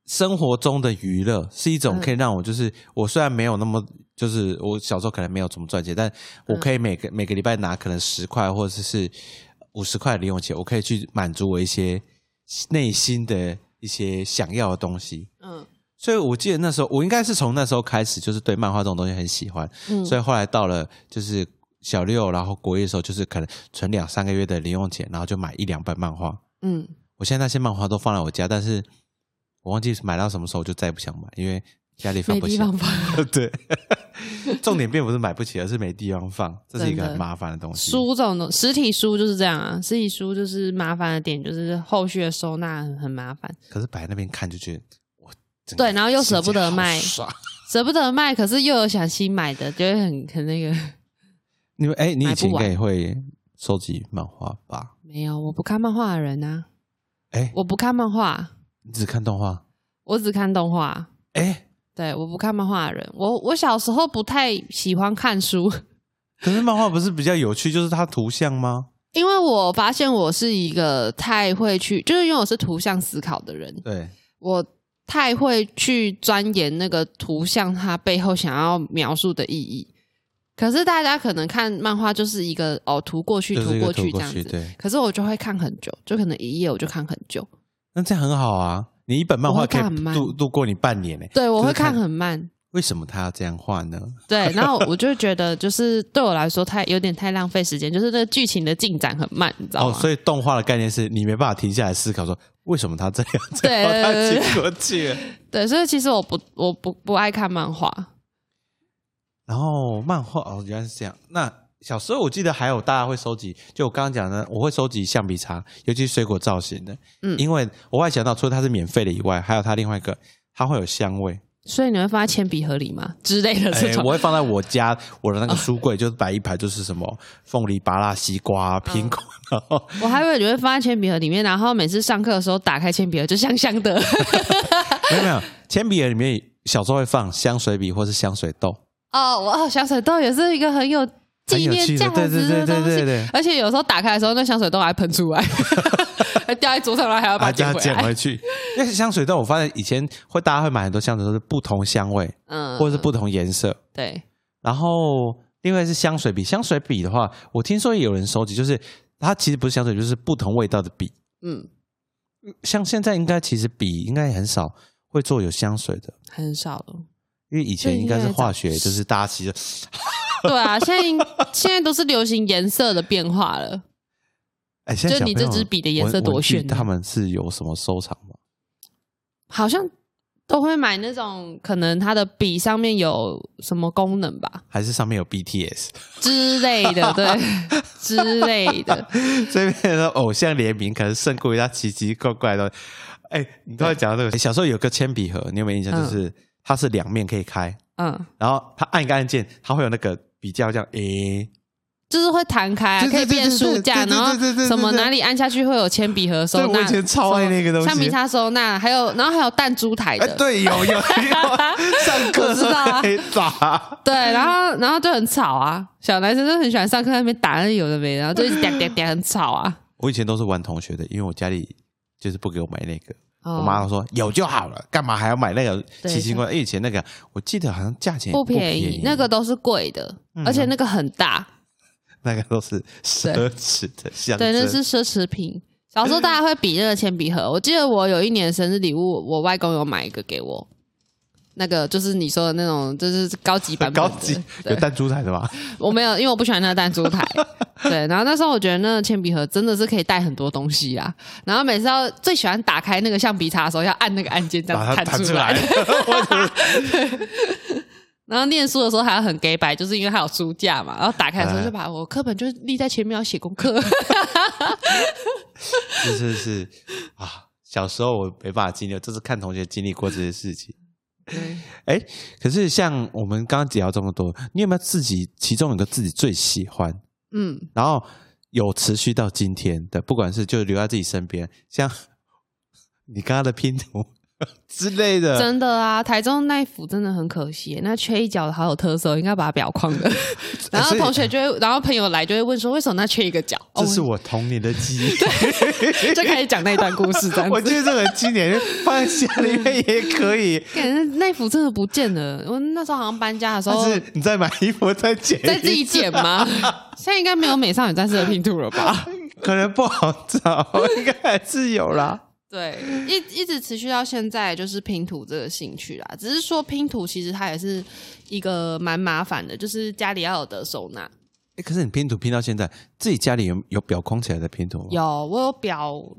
S2: 生活中的娱乐，是一种
S1: 嗯
S2: 可以让我就是我虽然没有那么就是我小时候可能没有怎么赚钱，但我可以每个、每个礼拜拿可能十块或者是五十块的零用钱，我可以去满足我一些内心的一些想要的东西。
S1: 嗯
S2: 所以我记得那时候，我应该是从那时候开始，就是对漫画这种东西很喜欢。
S1: 嗯
S2: 所以后来到了就是小六，然后国一的时候，就是可能存两三个月的零用钱，然后就买一两本漫画。
S1: 嗯，
S2: 我现在那些漫画都放在我家，但是我忘记买到什么时候，我就再也不想买，因为家里放
S1: 没
S2: 不嗯
S1: 地
S2: 起。
S1: 方放，
S2: 对，重点并不是买不起，而是没地方放，这是一个
S1: 真的
S2: 很麻烦的东西。
S1: 书这种东，实体书就是这样啊，实体书就是麻烦的点，就是后续的收纳很很麻烦，
S2: 可是摆在那边看就觉得我整个
S1: 对然后又舍不得
S2: 心情好
S1: 卖
S2: 爽
S1: 舍不得卖，可是又有想新买的，就会很很那个，
S2: 你们哎，你以前应该也会收集漫画吧？
S1: 没有，我不看漫画的人啊，
S2: 哎，
S1: 我不看漫画，
S2: 你只看动画？
S1: 我只看动画。
S2: 哎，
S1: 对，我不看漫画的人，我我小时候不太喜欢看书，
S2: 可是漫画不是比较有趣，就是它图像吗？
S1: 因为我发现我是一个太会去，就是因为我是图像思考的人，
S2: 对，
S1: 我太会去钻研那个图像它背后想要描述的意义。可是大家可能看漫画就是一个哦，涂过去，
S2: 就
S1: 涂
S2: 是一
S1: 过
S2: 个图
S1: 去这
S2: 过
S1: 样
S2: 去。
S1: 子。
S2: 对，
S1: 可是我就会看很久，就可能一页我就看很久。
S2: 那这样很好啊。你一本漫
S1: 我
S2: 画
S1: 会
S2: 可以
S1: 看很慢
S2: 度度过你半年呢、
S1: 对，我
S2: 就是
S1: 会看
S2: 看
S1: 很慢。
S2: 为什么他要这样画呢？
S1: 对，然后我就觉得就是对我来说太有点太浪费时间，就是那个剧情的进展很慢，你知道
S2: 哦，
S1: 吗？
S2: 所以动画的概念是你没办法停下来思考说为什么他这样，
S1: 对
S2: 然后
S1: 对对对
S2: 他结果去了。
S1: 对，所以其实我不我不不爱看漫画，
S2: 然后漫画哦，原来是这样。那小时候我记得还有大家会收集，就我刚刚讲的，我会收集橡皮擦，尤其是水果造型的，
S1: 嗯
S2: 因为我还想到除了它是免费的以外，还有它另外一个，它会有香味。
S1: 所以你会放在铅笔盒里吗之类的 这
S2: 哎，
S1: 种？
S2: 我会放在我家我的那个书柜，就是摆一排，就是什么凤梨、芭拉、西瓜、苹果，然 后
S1: 我还以为你会放在铅笔盒里面，然后每次上课的时候打开铅笔盒就香香 的。
S2: 没有没有，铅笔盒里面小时候会放香水笔或是香水 豆，
S1: 哦，我哦，香水豆也是一个很有
S2: 很
S1: 纪
S2: 有
S1: 念
S2: 趣
S1: 价
S2: 的，对对
S1: 值
S2: 对
S1: 的
S2: 对
S1: 东
S2: 对
S1: 西。
S2: 对。
S1: 而且有时候打开的时候，那香水豆还喷 出来，还掉在桌上，然后还要把它捡
S2: 它
S1: 回来。
S2: 回去，因为香水豆，我发现以前会大家会买很多香水都是不同香味，
S1: 嗯，
S2: 或者是不同颜色。
S1: 对，
S2: 然后另外是香水笔，香水笔的话，我听说也有人收集，就是它其实不是香水，就是不同味道的笔。
S1: 嗯，
S2: 像现在应该其实笔应该很少会做有香水的，
S1: 很少 了。
S2: 因为以前应该是化学，就是大家其实
S1: 对啊，现在现在都是流行颜色的变化了。
S2: 哎，现在
S1: 就你
S2: 小朋友
S1: 这支笔的颜色
S2: 文
S1: 多炫
S2: 文具他们是有什么收藏吗？
S1: 好像都会买那种可能它的笔上面有什么功能吧
S2: 还是上面有 BTS
S1: 之类 的，对之类的。
S2: 这边的偶像联名，可能胜过于他奇奇怪怪的东西。哎，你突然讲到这个，小时候有个铅笔盒，你有没有印象？
S1: 嗯
S2: 就是它是两面可以开，
S1: 嗯，
S2: 然后它按一个按键，它会有那个比较这样，哎诶、
S1: 就是会弹开、啊，
S2: 对
S1: 可以
S2: 对对
S1: 变
S2: 对
S1: 书
S2: 对
S1: 架，
S2: 对对
S1: 然后
S2: 对对对
S1: 什么
S2: 对
S1: 哪里按下去会有铅笔盒收
S2: 对我
S1: 纳，
S2: 以前超爱那个东西
S1: 什么橡皮擦收纳，还有然后还有弹珠台
S2: 哎、
S1: 的，
S2: 对，有 有有，上课
S1: 我知道啊
S2: 会打，
S1: 对然后然后就很吵啊，小男生就很喜欢上课在那边打那有的没的，然后 就一直嗲嗲嗲很吵啊。
S2: 我以前都是玩同学的，因为我家里就是不给我买那个，
S1: 哦
S2: 我妈都说有就好了，干嘛还要买那个
S1: 对
S2: 奇奇怪怪？哎因为以前那个我记得好像价钱也
S1: 不
S2: 便
S1: 便宜，那个都是贵的，
S2: 嗯
S1: 而且那个很大，
S2: 那个都是奢侈的象征，
S1: 对，那是奢侈品。小时候大家会比那个铅笔盒，我记得我有一年生日礼物，我外公有买一个给我，那个就是你说的那种，就是高级版本
S2: 高
S1: 的
S2: 级
S1: 对
S2: 有弹珠台的吧？
S1: 我没有，因为我不喜欢那个弹珠 台。对，然后那时候我觉得那个铅笔盒真的是可以带很多东西啊。然后每次要最喜欢打开那个橡皮擦的时候，要按那个按键这
S2: 把
S1: 样
S2: 它
S1: 弹
S2: 弹
S1: 出
S2: 出来，我觉 得
S1: 然后念书的时候还要很 gay 白，就是因为还有书架嘛。然后打开
S2: 哎
S1: 的时候就把我课本就立在前面要写功课。
S2: 是是是啊。小时候我没办法经历，这是看同学经历过这些事情。
S1: 对
S2: 哎，可是像我们刚刚聊这么多，你有没有自己其中有个自己最喜欢，
S1: 嗯，
S2: 然后有持续到今天的，不管是就留在自己身边，像 你刚刚的拼图之类的，
S1: 真的啊，台中那一幅真的很可惜，那缺一角的好有特色，应该把它裱框 的。然后
S2: 所以
S1: 同学就会，然后朋友来就会问说，为什么那缺一个角？
S2: 这是
S1: 哦
S2: 我童年的记忆。
S1: 我就开始讲那一段故事，这 样
S2: 我
S1: 子。
S2: 觉得这个经典放在家里面也可 以，
S1: 感觉那幅真的不见了，我那时候好像搬家的时候
S2: 但是你再买衣服再剪，
S1: 在自己剪吗？
S2: 哎
S1: 现在应该没有美少女战士的拼图了 吧？
S2: 可能不好找，应该还是有 啦。
S1: 对，一一直持续到现在，就是拼图这个兴趣啦。只是说拼图其实它也是一个蛮麻烦的，就是家里要有的收纳。
S2: 诶可是你拼图拼到现在，自己家里有有裱框起来的拼图吗？
S1: 有，我有裱，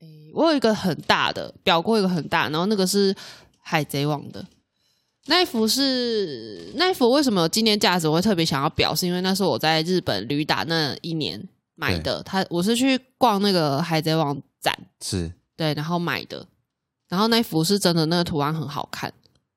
S1: 诶、我有一个很大的，裱过一个很大，然后那个是海贼王的。那一幅是那一幅为什么有纪念价值？我会特别想要裱，是因为那是我在日本旅打那一年买的。他我是去逛那个海贼王展，
S2: 是
S1: 对，然后买的。然后那一幅是真的，那个图案很好看，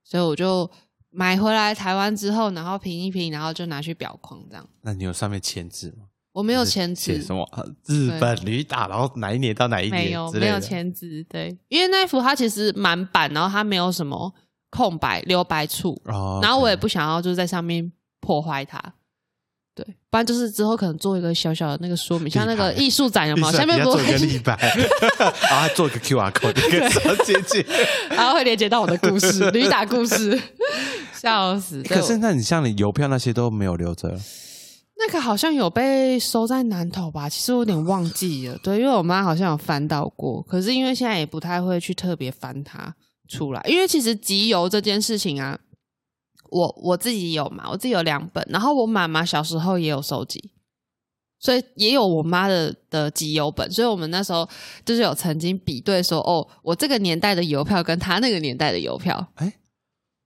S1: 所以我就买回来台湾之后，然后拼一拼，然后就拿去裱框这样。
S2: 那你有上面签字吗？
S1: 我没有
S2: 是
S1: 签字
S2: 写，什么呃日本旅打，然后哪一年到哪一
S1: 没
S2: 年
S1: 有
S2: 之
S1: 没
S2: 类
S1: 有
S2: 的。
S1: 签字，对，因为那一幅它其实满版，然后它没有什么空白留白处，
S2: 哦，
S1: 然后我也
S2: OK
S1: 不想要就是在上面破坏它。对，不然就是之后可能做一个小小的那个说明，像那个
S2: 立牌
S1: 艺术展有 没有？
S2: 立
S1: 下
S2: 式
S1: 面
S2: 你
S1: 不
S2: 要做
S1: 会
S2: 一个 立牌，啊，做一个 QR code，一个小姐姐。
S1: 然后会连接到我的故事， 驴打故事，笑死。 对
S2: 欸可是那你像你邮票那些都没有留着，
S1: 那个好像有被收在南头吧，其实我有点忘记了。对，因为我妈好像有翻到过，可是因为现在也不太会去特别翻它出来，因为其实集邮这件事情啊，我我自己有嘛，我自己有两本，然后我妈妈小时候也有收集。所以也有我妈的的集邮本，所以我们那时候就是有曾经比对说，哦，我这个年代的邮票跟她那个年代的邮票，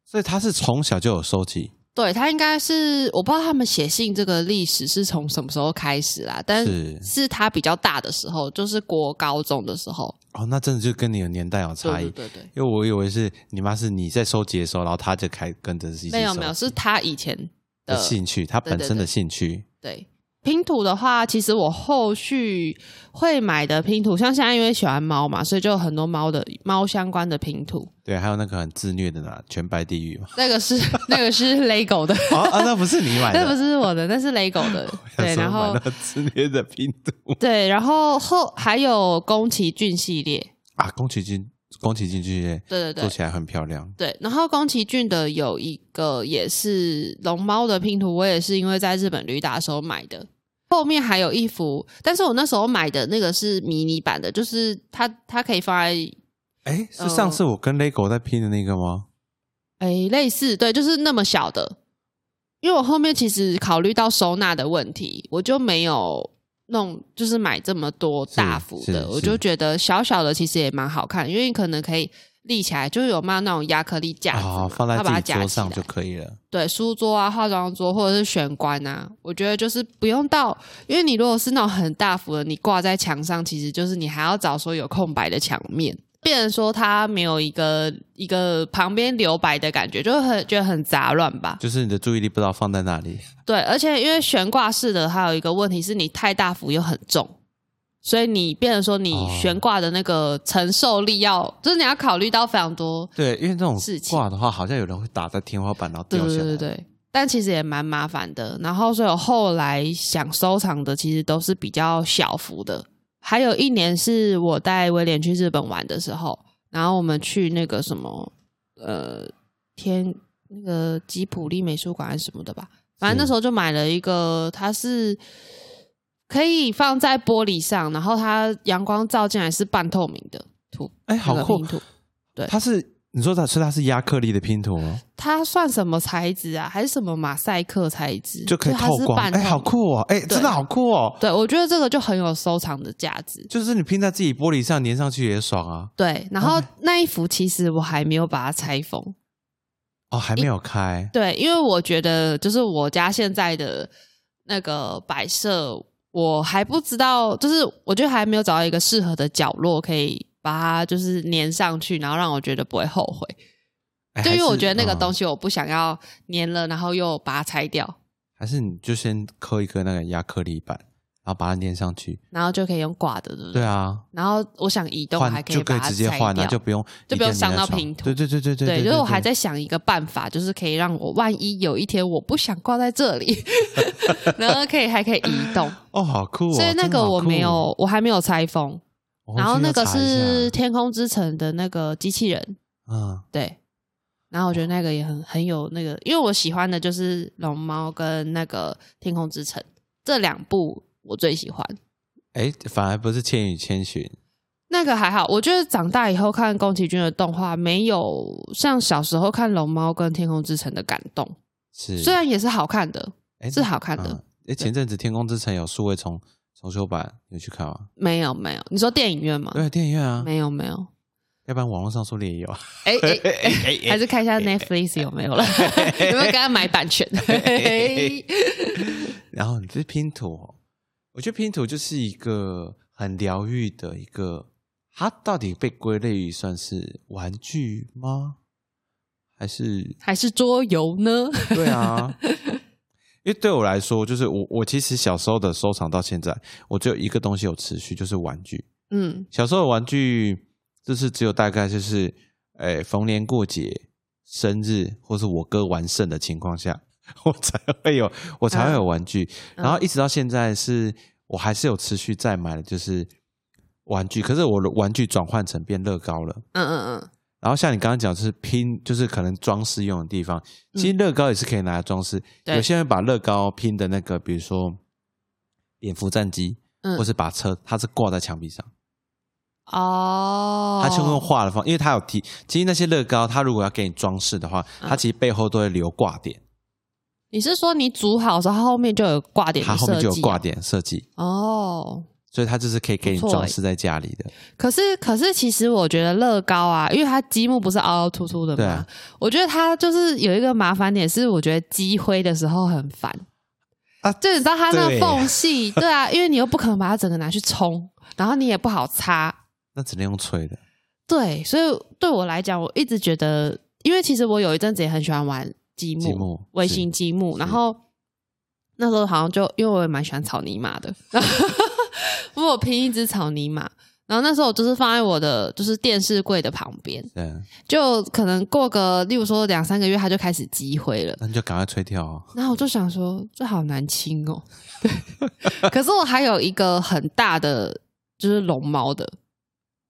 S2: 所以他是从小就有收集。
S1: 对他应该是我不知道他们写信这个历史是从什么时候开始啦，但
S2: 是
S1: 是他比较大的时候，就是国高中的时候，
S2: 哦，那真的就跟你有年代有差
S1: 对
S2: 异。
S1: 对对对，
S2: 因为我以为是你妈是你在收集的时候，然后她就开跟着一起
S1: 没有没有，
S2: 收
S1: 是他以前
S2: 的
S1: 的
S2: 兴趣，她
S1: 对对
S2: 本身的
S1: 对
S2: 兴趣。
S1: 对拼图的话，其实我后续会买的拼图，像现在因为喜欢猫嘛，所以就有很多猫的猫相关的拼图，
S2: 对，还有那个很自虐的呢，《全白地狱》嘛。
S1: 那 个是那个是 LEGO 的，
S2: 哦啊，那不是你买的，
S1: 那 不是我的，那是 LEGO 的，对，然后
S2: 买到自虐的拼图
S1: 对，然后后还有宫崎骏系列，
S2: 啊，宫崎骏，宫崎骏剧烈
S1: 对对对
S2: 做，起来很漂亮。
S1: 对，然后宫崎骏的有一个也是龙猫的拼图，我也是因为在日本旅打的时候买的。后面还有一幅，但是我那时候买的那个是迷你版的，就是它它可以放在
S2: 哎，是
S1: 呃
S2: 上次我跟 LEGO 在拼的那个吗？
S1: 诶类似对，就是那么小的。因为我后面其实考虑到收纳的问题，我就没有弄，就是买这么多大幅
S2: 是是
S1: 的，我
S2: 是
S1: 就觉得小小的其实也蛮好看，因为你可能可以立起来，就是有卖那种亚克力架子嘛，
S2: 啊，放在
S1: 它把它
S2: 自己
S1: 夹
S2: 桌
S1: 起来
S2: 上就可以了。
S1: 对，书桌啊、化妆桌或者是玄关啊，我觉得就是不用到，因为你如果是那种很大幅的，你挂在墙上，其实就是你还要找说有空白的墙面，变成说它没有一个一个旁边留白的感觉，就会很觉得很杂乱吧。
S2: 就是你的注意力不知道放在哪里，
S1: 对，而且因为悬挂式的还有一个问题是你太大幅又很重，所以你变成说你
S2: 哦
S1: 悬挂的那个承受力要，就是你要考虑到非常多
S2: 对，因为这种
S1: 事情
S2: 挂的话，好像有人会打在天花板，然后
S1: 对
S2: 掉
S1: 对
S2: 下来。
S1: 对对，但其实也蛮麻烦的。然后，所以我后来想收藏的其实都是比较小幅的。还有一年是我带威廉去日本玩的时候，然后我们去那个什么呃天那个吉普力美术馆还是什么的吧，反正那时候就买了一个，它是。可以放在玻璃上，然后它阳光照进来是半透明的图，
S2: 哎，好
S1: 那个
S2: 酷
S1: 拼！图对
S2: 它是你说它，所以它是亚克力的拼图吗？
S1: 它算什么材质啊？还是什么马赛克材质？
S2: 就可以
S1: 它
S2: 透
S1: 是
S2: 光，
S1: 半透
S2: 哎，好酷哦！哎，真的好酷哦！
S1: 对，我觉得这个就很有收藏的价值。
S2: 就是你拼在自己玻璃上，粘上去也爽啊！
S1: 对，然后
S2: OK
S1: 那一幅其实我还没有把它拆封，
S2: 哦，还没有开，
S1: 对，因为我觉得就是我家现在的那个摆设，我还不知道，就是我觉得还没有找到一个适合的角落可以把它就是粘上去，然后让我觉得不会后悔。
S2: 哎
S1: 就因为我觉得那个东
S2: 西，
S1: 西我不想要粘了，然后又把它拆掉，
S2: 还是你就先刻一个那个亚克力板，然后把它粘上去。
S1: 然后就可以用挂的，对不对？
S2: 对啊，
S1: 然后我想移动，还
S2: 换就
S1: 把
S2: 以
S1: 它
S2: 直接
S1: 拆
S2: 换了，
S1: 掉
S2: 就不用
S1: 就不用伤到
S2: 平
S1: 拼图
S2: 对对对对对
S1: 对，
S2: 对，
S1: 就是我还在想一个办法，就是可以让我万一有一天我不想挂在这 里，然后可以还可以移动。
S2: 哦，好酷哦！
S1: 所以那
S2: 真的
S1: 个
S2: 好
S1: 我没
S2: 酷哦
S1: 有，我还没有拆封。
S2: 我回
S1: 然后
S2: 去
S1: 那
S2: 要
S1: 个
S2: 查一
S1: 是《
S2: 下
S1: 天空之城》的那个机器人，
S2: 嗯，
S1: 对。然后我觉得那个也很很有那个，因为我喜欢的就是龙猫跟那个《天空之城》这两部，我最喜欢。
S2: 哎，反而不是《千与千寻》
S1: 那个还好，我觉得长大以后看宫崎骏的动画，没有像小时候看龙猫跟《天空之城》的感动。
S2: 是，
S1: 虽然也是好看的，
S2: 哎
S1: 是好看的。
S2: 嗯哎，前阵子《天空之城》有数位重重修版，你有去看吗？
S1: 没有没有，你说电影院吗？
S2: 对，电影院啊，
S1: 哦没有没有，
S2: 要不然网络上说不定 也有。
S1: 哎哎哎，
S2: 哎
S1: 还是看一下 Netflix 有没有了，有没有给他买 版权？
S2: 然后你这拼图哦，我觉得拼图就是一个很疗愈的一个，它到底被归类于算是玩具吗？还是
S1: 还是桌游呢？
S2: 对啊？因为对我来说，就是我我其实小时候的收藏到现在，我只有一个东西有持续，就是玩具。
S1: 嗯
S2: 小时候的玩具就是只有大概就是，哎，逢年过节、生日或是我哥玩剩的情况下， 我才会有我才会有玩具。
S1: 嗯
S2: 然后一直到现在是，我还是有持续在买的就是玩具，可是我的玩具转换成变乐高了。
S1: 嗯嗯嗯，
S2: 然后像你刚刚讲，就是拼，就是可能装饰用的地方，其实乐高也是可以拿来装饰。
S1: 嗯对
S2: 有些人把乐高拼的那个，比如说蝙蝠战机，
S1: 嗯
S2: 或是把车，它是挂在墙壁上，
S1: 哦，
S2: 它就用画的方，因为它有提，其实那些乐高，它如果要给你装饰的话，
S1: 嗯
S2: 它其实背后都会留挂点，
S1: 你是说你组好的时候，它后面就有挂点
S2: 它
S1: 的
S2: 后
S1: 设计、啊
S2: 面就有挂点设计，
S1: 哦。
S2: 所以它就是可以给你
S1: 不错欸
S2: 装饰在家里的。
S1: 可是，可是，其实我觉得乐高啊，因为它积木不是凹凹凸凸的
S2: 对
S1: 嘛，
S2: 啊
S1: 我觉得它就是有一个麻烦点，是我觉得积灰的时候很烦
S2: 啊
S1: 就你知道它那
S2: 对
S1: 个缝隙，对啊，因为你又不可能把它整个拿去冲，然后你也不好擦，
S2: 那只能用吹的，
S1: 对，所以对我来讲，我一直觉得，因为其实我有一阵子也很喜欢玩积木、
S2: 积木
S1: 微
S2: 是
S1: 型积木，然
S2: 是
S1: 后那时候好像就因为我也蛮喜欢草泥马的， 不过我拼一只草泥马，然后那时候我就是放在我的就是电视柜的旁边，
S2: 对，啊
S1: 就可能过个例如说两三个月，它就开始积灰了。
S2: 那你就赶快吹掉哦。
S1: 然后我就想说，这好难清哦。 对，可是我还有一个很大的就是龙猫的，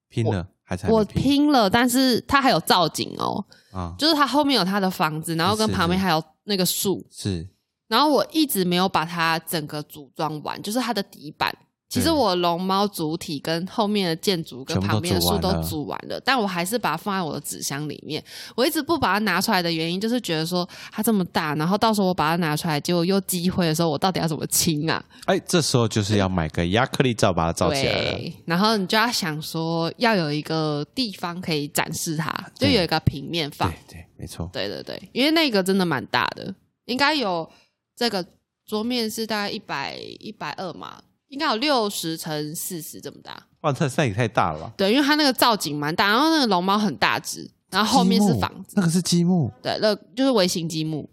S2: 拼了还是还没
S1: 我
S2: 拼
S1: 拼了，但是它还有造景哦，
S2: 啊？
S1: 就是它后面有它的房子，然后跟
S2: 是
S1: 旁边
S2: 是
S1: 还有那个树，
S2: 是
S1: 然后我一直没有把它整个组装完，就是它的底板。其实
S2: 对
S1: 我龙猫主体跟后面的建筑跟
S2: 全部都
S1: 旁边的
S2: 组
S1: 树
S2: 完
S1: 都
S2: 了
S1: 组完
S2: 嗯
S1: 了，但我还是把它放在我的纸箱里面。我一直不把它拿出来的原因，就是觉得说它这么大，然后到时候我把它拿出来，结果又积灰的时候，我到底要怎么清啊？
S2: 哎，这时候就是要买个亚克力罩把它罩起来了。
S1: 对，然后你就要想说，要有一个地方可以展示它，就
S2: 对
S1: 有一个平面放
S2: 对。对，没错。
S1: 对对对，因为那个真的蛮大的，应该有这个桌面是大概一百一百二嘛，应该有六十乘四十这么大。
S2: 哇，这那也太大了吧？
S1: 对，因为它那个造景蛮大，然后那个龙猫很大只，然后后面是
S2: 积木
S1: 房子，
S2: 那个是积木。
S1: 对，那就是微型积木，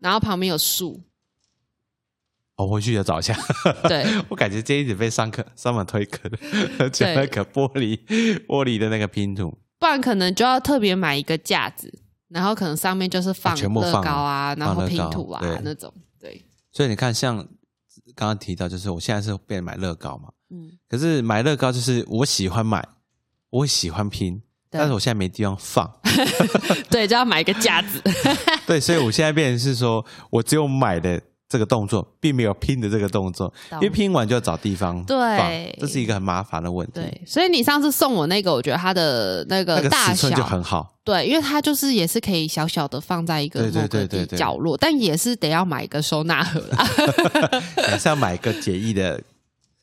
S1: 然后旁边有树，
S2: 哦我回去也找一下。
S1: 对
S2: 我感觉今天一直被上课 上网推坑，讲
S1: 对
S2: 那个玻璃 玻璃的那个拼图，
S1: 不然可能就要特别买一个架子，然后可能上面就是放
S2: 全部
S1: 乐
S2: 放
S1: 高啊，然
S2: 放
S1: 后
S2: 乐
S1: 拼
S2: 高
S1: 图啊
S2: 对
S1: 那种，对，
S2: 所以你看，像刚刚提到，就是我现在是变买乐高嘛，
S1: 嗯，
S2: 可是买乐高就是我喜欢买，我喜欢拼，
S1: 对
S2: 但是我现在没地方放，
S1: 对，就要买一个架子，
S2: 对，所以我现在变成是说我只有买的这个动作，并没有拼的这个动作，因为
S1: 懂
S2: 拼完就要找地方放
S1: 对
S2: 这是一个很麻烦的问题。
S1: 对，所以你上次送我那个，我觉得它的那
S2: 嗯那
S1: 个
S2: 个
S1: 大
S2: 尺
S1: 小
S2: 寸就很 好，
S1: 对，因为它就是也是可以小小的放在一个
S2: 对对
S1: 某个
S2: 对对
S1: 地
S2: 对
S1: 角落，但也是得要买一个收纳盒 啦。
S2: 还是要买一个简易的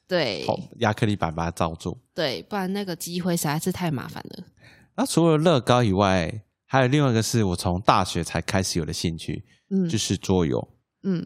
S1: 对
S2: 亚克力板把它罩住。
S1: 对，不然那个机会实在是太麻烦了。
S2: 那除了乐高以外，还有另外一个是我从大学才开始有的兴趣，
S1: 嗯
S2: 就是桌游。
S1: 嗯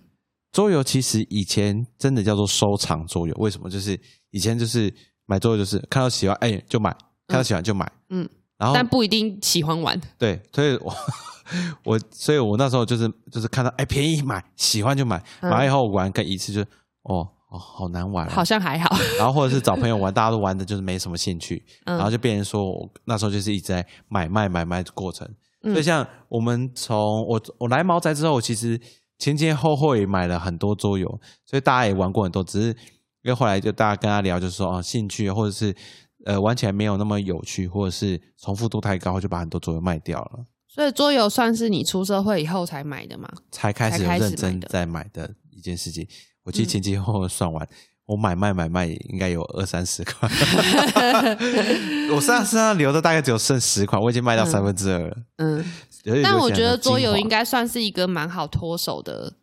S2: 桌游其实以前真的叫做收藏桌游，为什么？就是以前就是买桌游，就是看到喜欢哎、就买，看到喜欢就买，
S1: 嗯，
S2: 然后
S1: 但不一定喜欢玩。
S2: 对，所以我 我所以我那时候就是就是看到哎、便宜买，喜欢就买，
S1: 嗯
S2: 买完以后玩个一次就哦哦好难玩、
S1: 好
S2: 啊，
S1: 像还好，
S2: 然后或者是找朋友玩，大家都玩的就是没什么兴趣，
S1: 嗯
S2: 然后就变成说我那时候就是一直在买卖买卖的过程。
S1: 嗯
S2: 所以像我们从我我来毛宅之后，我其实前前后后也买了很多桌游，所以大家也玩过很多，只是因为后来就大家跟他聊，就是说啊兴趣或者是呃玩起来没有那么有趣，或者是重复度太高，就把很多桌游卖掉了，
S1: 所以桌游算是你出社会以后才买的嘛？
S2: 才开始有
S1: 才开始
S2: 认真
S1: 买的嗯
S2: 在买的一件事情。我其实前前后后算完。我买卖买卖也应该有二三十 款，我身上身上留的大概只有剩十款，我已经卖到
S1: 嗯
S2: 三分之二了。
S1: 嗯，
S2: 有点
S1: 但
S2: 有
S1: 我
S2: 点
S1: 觉得
S2: 精
S1: 桌游
S2: 华
S1: 应该算是一个蛮好脱手的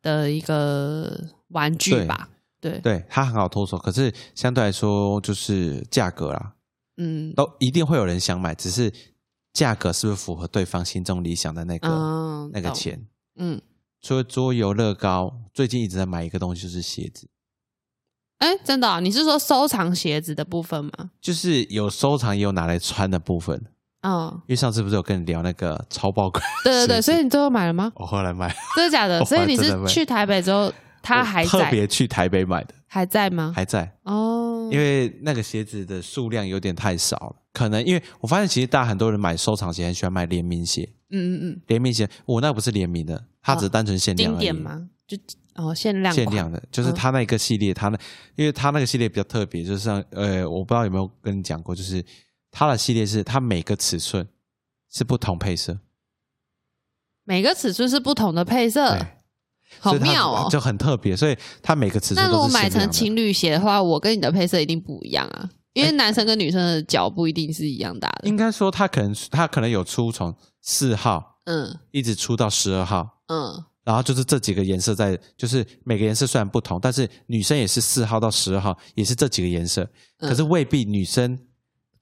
S1: 的一个玩具
S2: 对
S1: 吧？对，
S2: 对它很好脱手，可是相对来说就是价格啦，
S1: 嗯
S2: 都一定会有人想买，只是价格是不是符合对方心中理想的那个、
S1: 嗯，
S2: 那个
S1: 懂，
S2: 钱？
S1: 嗯，
S2: 除了桌游、乐高，最近一直在买一个东西，就是鞋子，
S1: 哎，真的哦、你是说收藏鞋子的部分吗？
S2: 就是有收藏也有拿来穿的部分。
S1: 嗯，
S2: 因为上次不是有跟你聊那个超爆 款？
S1: 对对对，
S2: 是
S1: 所以你最后买了吗？
S2: 我后来买，
S1: 真的假的？
S2: 我
S1: 所以你
S2: 真的
S1: 是
S2: 没
S1: 去台北之后，它
S2: 我
S1: 还
S2: 特
S1: 在嗯
S2: 别去台北买的，
S1: 还在吗？
S2: 还在，
S1: 哦，
S2: 因为那个鞋子的数量有点太少了。可能因为我发现，其实大家很多人买收藏鞋，很喜欢买联名鞋。
S1: 嗯嗯嗯，
S2: 联名鞋，我那不是联名的，它只是单纯限量
S1: 哦经
S2: 而已
S1: 典吗？就哦，限量
S2: 限
S1: 款
S2: 量的，就是
S1: 嗯
S2: 它那个系列，它那因为它那个系列比较特别，就是像呃，我不知道有没有跟你讲过，就是它的系列是它每个尺寸是不同配色，
S1: 每个尺寸是不同的配色
S2: 对，，
S1: 呃好
S2: 所以它
S1: 妙哦。
S2: 就很特别，所以它每个尺
S1: 那
S2: 寸
S1: 如
S2: 都
S1: 果
S2: 是
S1: 买
S2: 限量
S1: 成
S2: 的哎
S1: 情侣鞋的话，我跟你的配色一定不一样啊，因为男生跟女生的脚不一定是一样大的。
S2: 应该说它可能它可能有出从四号
S1: 嗯
S2: 一直出到十二号，
S1: 嗯
S2: 然后就是这几个颜色在，就是每个颜色虽然不同，但是女生也是四号到十二号，也是这几个颜色，
S1: 嗯
S2: 可是未必女生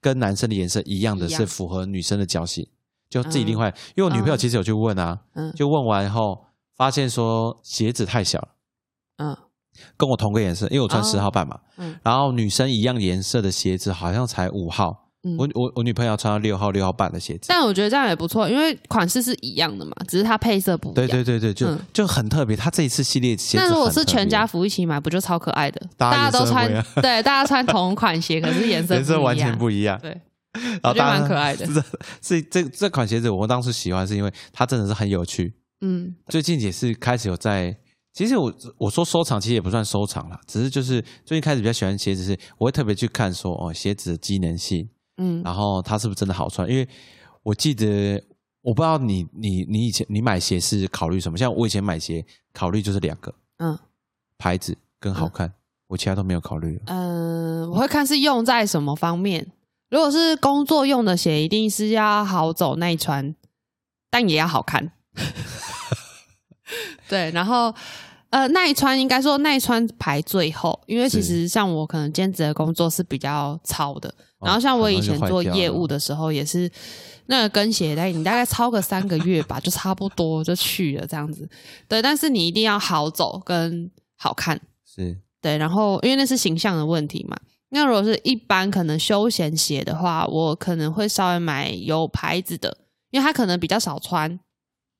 S2: 跟男生的颜色一样的
S1: 一样
S2: 是符合女生的脚型，就自己
S1: 嗯
S2: 另外。因为我女朋友
S1: 嗯
S2: 其实有去问啊，
S1: 嗯
S2: 就问完后发现说鞋子太小了，
S1: 嗯
S2: 跟我同个颜色，因为我穿
S1: 哦
S2: 十号半嘛，
S1: 嗯
S2: 然后女生一样颜色的鞋子好像才五号。
S1: 嗯
S2: 我我我女朋友穿到六号六号半的鞋子，
S1: 但我觉得这样也不错，因为款式是一样的嘛，只是它配色不一样。
S2: 对对对对，就、
S1: 嗯
S2: 就很特别。她这一次系列鞋子
S1: 那
S2: 很特别，
S1: 如果是全家福一起买，不就超可爱的？
S2: 大家
S1: 大家都穿
S2: 颜色不
S1: 对，大家穿同款鞋，可是颜色
S2: 颜色
S1: 不
S2: 完
S1: 一样
S2: 全不一样，
S1: 对，
S2: 然后
S1: 我觉得
S2: 大家
S1: 蛮可爱的。
S2: 这这这这款鞋子，我当初喜欢是因为它真的是很有趣。
S1: 嗯
S2: 最近也是开始有在，其实我我说收藏，其实也不算收藏啦，只是就是最近开始比较喜欢鞋子是，我会特别去看说哦鞋子的机能性，
S1: 嗯
S2: 然后它是不是真的好穿？因为我记得我不知道你你你以前你买鞋是考虑什么？像我以前买鞋考虑就是两个
S1: 嗯
S2: 牌子跟好看，我其他都没有考虑了。
S1: 嗯，我会看是用在什么方面。如果是工作用的鞋，一定是要好走耐穿，但也要好看。 对，然后呃，耐穿应该说耐穿排最后，因为其
S2: 是
S1: 实像我可能兼职的工作是比较糙的，
S2: 哦
S1: 然后像我以前
S2: 很容
S1: 做
S2: 易就坏掉了
S1: 业务的时候，也是那个跟鞋带，你大概超个三个月吧，就差不多就去了这样子。对，但是你一定要好走跟好看，
S2: 是
S1: 对。然后因为那是形象的问题嘛。那如果是一般可能休闲鞋的话，我可能会稍微买有牌子的，因为它可能比较少穿。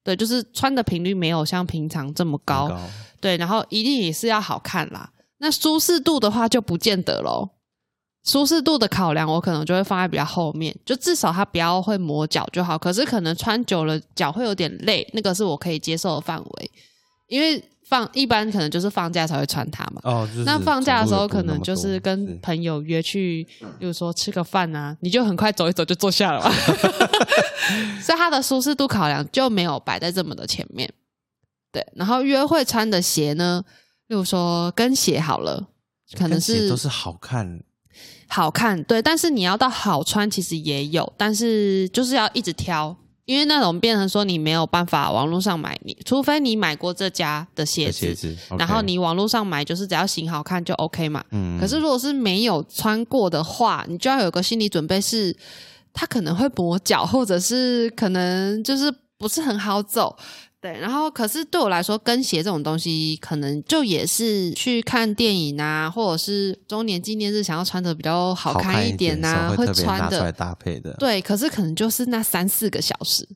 S1: 对，就是穿的频率没有像平常这么高，
S2: 很高
S1: 对，然后一定也是要好看啦。那舒适度的话就不见得喽。舒适度的考量，我可能就会放在比较后面，就至少它不要会磨脚就好。可是可能穿久了脚会有点累，那个是我可以接受的范围，因为放一般可能就是放假才会穿它嘛。
S2: 哦，就是
S1: 那放假的时
S2: 走路
S1: 候，可
S2: 也不那
S1: 能
S2: 么
S1: 就
S2: 多嗯
S1: 是跟朋友约去，比如说吃个饭啊，你就很快走一走就坐下了嘛。 所以它的舒适度考量就没有摆在这么的前面。对，然后约会穿的鞋呢，例如说跟鞋好了，可能
S2: 跟鞋
S1: 是
S2: 都是好看，
S1: 好看，对，但是你要到好穿其实也有，但是就是要一直挑。因为那种变成说你没有办法网络上买，你除非你买过这家的鞋
S2: 的
S1: 子，
S2: 鞋子，
S1: 然后
S2: OK
S1: 你网络上买就是只要型好看就 OK 嘛。
S2: 嗯
S1: 可是如果是没有穿过的话，你就要有个心理准备是，它可能会磨脚，或者是可能就是不是很好走。对，然后可是对我来说，跟鞋这种东西，可能就也是去看电影啊，或者是周年纪念日想要穿的比较好看一点
S2: 的时
S1: 呐、
S2: 候
S1: 会
S2: 特别拿
S1: 穿
S2: 出
S1: 的
S2: 来。搭配的。
S1: 对，可是可能就是那三四个小时，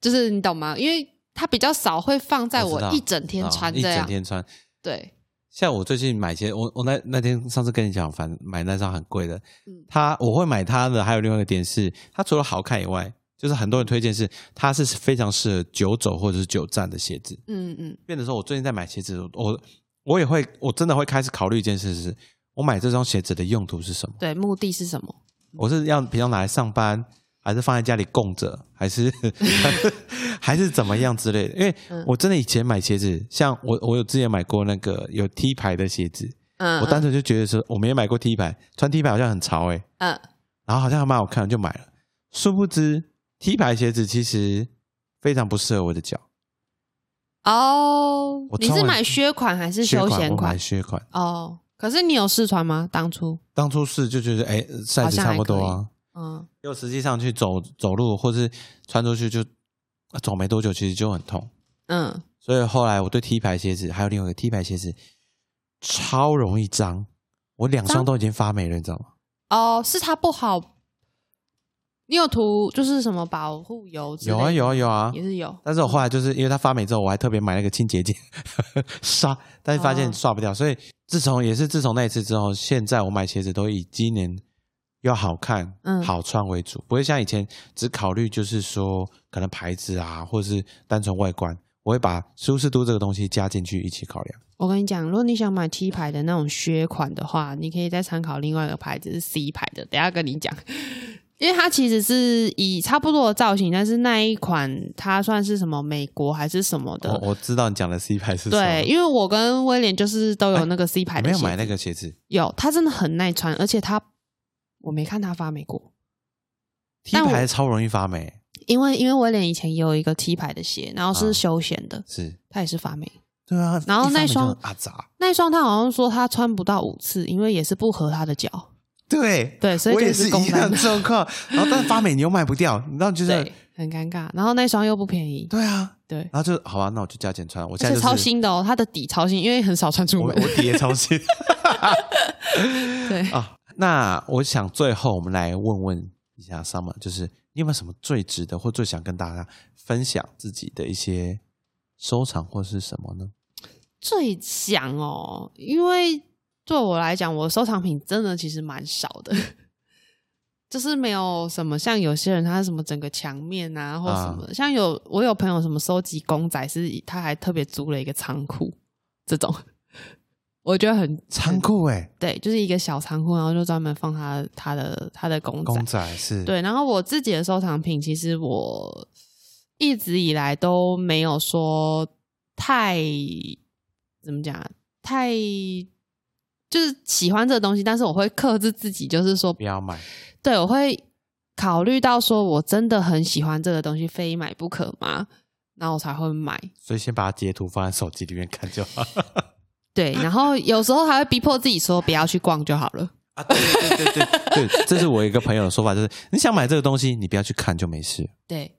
S1: 就是你懂吗？因为它比较少会放在
S2: 我
S1: 我
S2: 知道
S1: 一整天
S2: 啊
S1: 穿
S2: 一
S1: 这
S2: 整
S1: 样。
S2: 天穿。
S1: 对，
S2: 像我最近买鞋，我我那那天上次跟你讲，反正买那双很贵的
S1: 嗯，
S2: 它我会买它的，还有另外一个点是，它除了好看以外，就是很多人推荐是它是非常适合久走或者是久站的鞋子。
S1: 嗯嗯
S2: 变得说，我最近在买鞋子，我我我也会，我真的会开始考虑一件事是，我买这双鞋子的用途是什么？
S1: 对，目的是什么？
S2: 我是要平常拿来上班，还是放在家里供着，还 是 还是还是怎么样之类的？因为
S1: 嗯
S2: 我真的以前买鞋子，像我我有之前买过那个有 T 牌的鞋子，
S1: 嗯，
S2: 我单纯就觉得说我没有买过 T 牌，穿 T 牌好像很潮哎、
S1: 嗯
S2: 然后好像还蛮好看的，就买了。殊不知 T 牌鞋子其实非常不适合我的脚，
S1: 哦
S2: 我，
S1: 你
S2: 穿
S1: 是
S2: 完
S1: 买靴款还是
S2: 靴
S1: 休
S2: 款
S1: 闲
S2: 我买
S1: 款？
S2: 靴款，
S1: 哦，可是你有试穿吗？当初，
S2: 当初试就觉得哎
S1: 好
S2: size 差
S1: 像还
S2: 不多
S1: 可以
S2: 啊，
S1: 嗯
S2: 又实际上去走走路或是穿出去就啊走没多久，其实就很痛。
S1: 嗯，
S2: 所以后来我对 T 牌鞋子还有另外一个 T 牌鞋子超容易脏，我两双
S1: 脏
S2: 都已经发霉了，你知道吗？
S1: 哦，是它不好你有涂就是什么保护油之类
S2: 有
S1: 的？
S2: 啊有啊有啊
S1: 也，是有。
S2: 但是我后来就是因为它发霉之后，我还特别买了个清洁剂 刷，但是发现
S1: 哦
S2: 刷不掉，所以自从也是自从那一次之后，现在我买鞋子都以今年要好看、
S1: 嗯
S2: 好穿为主，不会像以前只考虑就是说可能牌子啊，或者是单纯外观，我会把舒适度这个东西加进去一起考量。
S1: 我跟你讲，如果你想买 T 牌的那种靴款的话，你可以再参考另外一个牌子是 C 牌的，等一下跟你讲。因为它其实是以差不多的造型，但是那一款它算是什么美国还是什么的？
S2: 我我知道你讲的 C 牌是什么，
S1: 对，因为我跟威廉就是都有那个 C 牌
S2: 你
S1: 的
S2: 没
S1: 鞋
S2: 有
S1: 子，
S2: 买那个鞋子
S1: 有，它真的很耐穿，而且它我没看它发霉过，
S2: ，T
S1: 但我
S2: 牌超容易发霉，
S1: 因为因为威廉以前也有一个 T 牌的鞋，然后
S2: 啊
S1: 是休闲的，
S2: 是
S1: 它也是发霉。
S2: 对啊，
S1: 然后
S2: 一发
S1: 那
S2: 霉就
S1: 双
S2: 很阿杂，
S1: 那一双他好像说他穿不到五次，因为也是不合他的脚。
S2: 对
S1: 对所以
S2: 我
S1: 就
S2: 也
S1: 是
S2: 是
S1: 公
S2: 一样
S1: 单
S2: 状 况。然后但是发霉你又卖不掉，你知道就是啊
S1: 对，很尴尬。然后那双又不便宜，
S2: 对啊，
S1: 对，
S2: 然后就好吧，那我就加减穿。我现
S1: 而
S2: 在就
S1: 且
S2: 是
S1: 超新的哦，它的底超新，因为很少穿出
S2: 我
S1: 门。
S2: 我底也超新
S1: 对，
S2: 啊。那我想最后我们来问问一下 Summer，就是你有没有什么最值得或最想跟大家分享自己的一些收藏或是什么呢？
S1: 最想哦，因为对我来讲，我收藏品真的其实蛮少的， 就是没有什么像有些人他什么整个墙面啊或什么的，像有我有朋友什么收集公仔是，他还特别租了一个仓库，这种 我觉得很
S2: 仓库哎，
S1: 对，就是一个小仓库，然后就专门放他他的他的公仔。
S2: 公仔是，
S1: 对，然后我自己的收藏品，其实我一直以来都没有说太怎么讲啊，太就是喜欢这个东西，但是我会克制自己，就是说
S2: 不，要买，
S1: 对我会考虑到说我真的很喜欢这个东西，非买不可吗？然后我才会买。
S2: 所以先把它截图放在手机里面看就好。
S1: 对，然后有时候还会逼迫自己说不要去逛就好了。
S2: 啊，对对对 对对，这是我一个朋友的说法，就是你想买这个东西，你不要去看就没事，
S1: 对，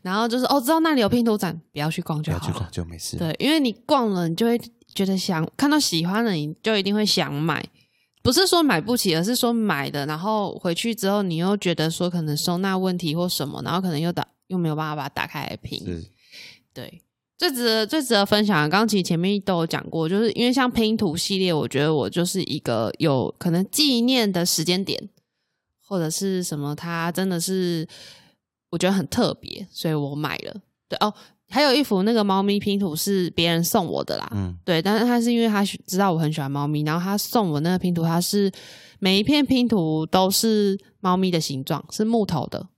S1: 然后就是哦，知道那里有拼图展，不要去逛
S2: 不
S1: 就
S2: 要
S1: 好
S2: 去
S1: 了
S2: 看。就没事。
S1: 对，因为你逛了，你就会觉得想看到喜欢的，你就一定会想买。不是说买不起，而是说买的，然后回去之后，你又觉得说可能收纳问题或什么，然后可能又打又没有办法把它打开来拼。
S2: 是，
S1: 对，最值得最值得分享的，刚刚其实前面都有讲过，就是因为像拼图系列，我觉得我就是一个有可能纪念的时间点，或者是什么，它真的是我觉得很特别，所以我买了。对哦，还有一幅那个猫咪拼图是别人送我的啦，
S2: 嗯，
S1: 对，但是他是因为他喜知道我很喜欢猫咪，然后他送我那个拼图，它是每一片拼图都是猫咪的形状，是木头的。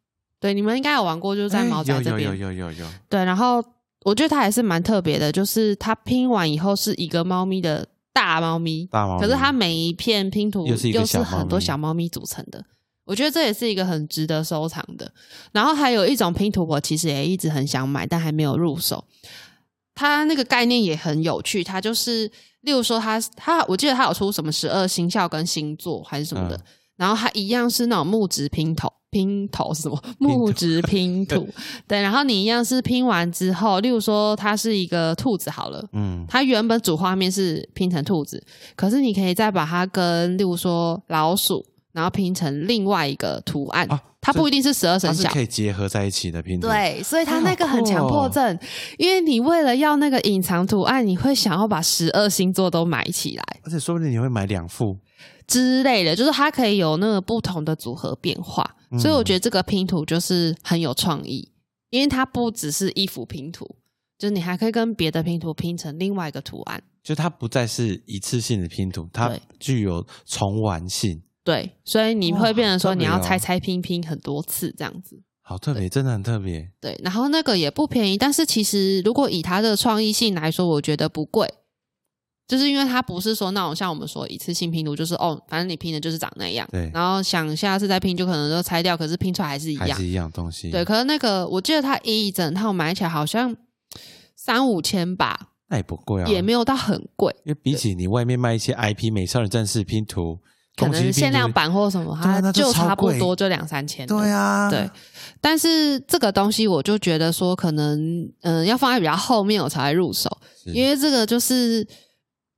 S1: 对，你们应该有玩过，就是在
S2: 哎
S1: 毛仔
S2: 有
S1: 这
S2: 有
S1: 边。
S2: 有有有有，
S1: 对，然后我觉得它还是蛮特别的，就是它拼完以后是一个猫咪的大猫咪，
S2: 大毛
S1: 可是
S2: 驴
S1: 它每一片拼图
S2: 又是一个
S1: 又
S2: 小
S1: 是很
S2: 猫
S1: 多
S2: 咪
S1: 小猫咪组成的。我觉得这也是一个很值得收藏的。然后还有一种拼图，我其实也一直很想买，但还没有入手。它那个概念也很有趣，它就是，例如说它它，我记得它有出什么十二星象跟星座还是什么的，
S2: 嗯
S1: 然后它一样是那种木质拼头，拼头是什么？木质拼 图，对。然后你一样是拼完之后，例如说它是一个兔子好了，
S2: 嗯，
S1: 它原本主画面是拼成兔子，可是你可以再把它跟，例如说老鼠，然后拼成另外一个图案，
S2: 啊
S1: 它
S2: 这
S1: 不一定是十二哦
S2: 它
S1: 生
S2: 是
S1: 肖
S2: 可。以结合在一起的拼图。，
S1: 对，所以它
S2: 啊
S1: 那个
S2: 好酷
S1: 很强迫
S2: 哦
S1: 症，因为你为了要那个隐藏图案，你会想要把十二星座都买起来
S2: 而且说不定你会买两副。
S1: 之类的，就是它可以有那个不同的组合变化。
S2: 嗯
S1: 所以我觉得这个拼图就是很有创意，因为它不只是一幅拼图，就是你还可以跟别的拼图拼成另外一个图案。
S2: 就它不再是一次性的拼图，它
S1: 对
S2: 具有重玩性，
S1: 对，所以你
S2: 哇
S1: 会变
S2: 好
S1: 成说
S2: 特
S1: 你
S2: 别
S1: 要
S2: 哦
S1: 拆拆拼拼很多次这样子。
S2: 好特别，真的很特别。
S1: 对，然后那个也不便宜，但是其实如果以它的创意性来说，我觉得不贵，就是因为它不是说那种像我们说一次性拼图，就是哦，反正你拼的就是长那样，
S2: 对
S1: 然后想下次再拼就可能就拆掉，可是拼出来还是一
S2: 还
S1: 样
S2: 是。一样东西。
S1: 对，，可是那个我记得它一整套买起来好像三五千吧，
S2: 那也不贵啊，
S1: 也没有到很贵，
S2: 因为比起你外面卖一些 IP 美少女战士拼图，
S1: 可
S2: 宫崎
S1: 能
S2: 骏拼
S1: 限
S2: 图
S1: 量，版或什么，
S2: 对啊
S1: 它
S2: 那就
S1: 就
S2: 超
S1: 差不
S2: 贵
S1: 多就两三千了。
S2: 对啊，
S1: 对，但是这个东西我就觉得说，可能嗯、呃要放在比较后面我才会入手，
S2: 是
S1: 因为这个就是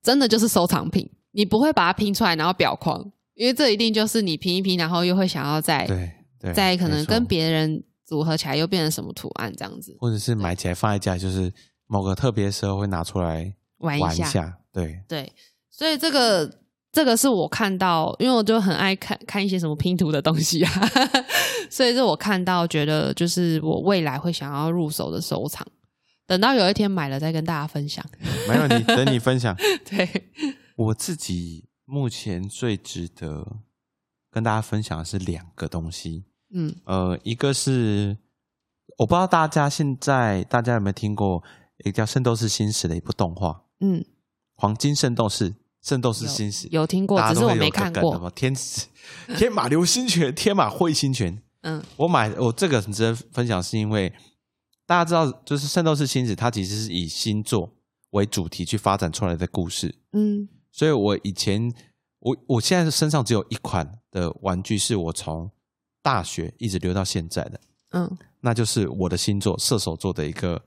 S1: 真的就是收藏品，你不会把它拼出来然后裱框，因为这一定就是你拼一拼，然后又会想要再
S2: 对对，
S1: 再可能
S2: 没错
S1: 跟别人组合起来又变成什么图案这样子
S2: 或者是买起来放在家，就是某个特别时候会拿出来
S1: 玩一
S2: 玩
S1: 下。
S2: 对，
S1: 对，所以这个这个是我看到，因为我就很爱看看一些什么拼图的东西啊， 所以是我看到觉得就是我未来会想要入手的收藏。等到有一天买了再跟大家分享。
S2: 没问题。等你分享，
S1: 对，
S2: 我自己目前最值得跟大家分享的是两个东西。
S1: 嗯，
S2: 呃，一个是我不知道大家现在大家有没有听过一个叫《圣斗士星矢》的一部动画，《
S1: 嗯，
S2: 黄金圣斗士》《圣斗士星矢》
S1: 有听过
S2: 大，家
S1: 只
S2: 都
S1: 是
S2: 会
S1: 我
S2: 有
S1: 没
S2: 一个
S1: 看
S2: 梗的
S1: 过。
S2: 嘛天使、天马流星拳、天马彗星拳。
S1: 嗯
S2: 我买我这个很值得分享，是因为大家知道，就是《圣斗士星矢》它其实是以星座为主题去发展出来的故事，
S1: 嗯
S2: 所以我以前我我现在身上只有一款的玩具是我从大学一直留到现在的，
S1: 嗯
S2: 那就是我的星座射手座的一个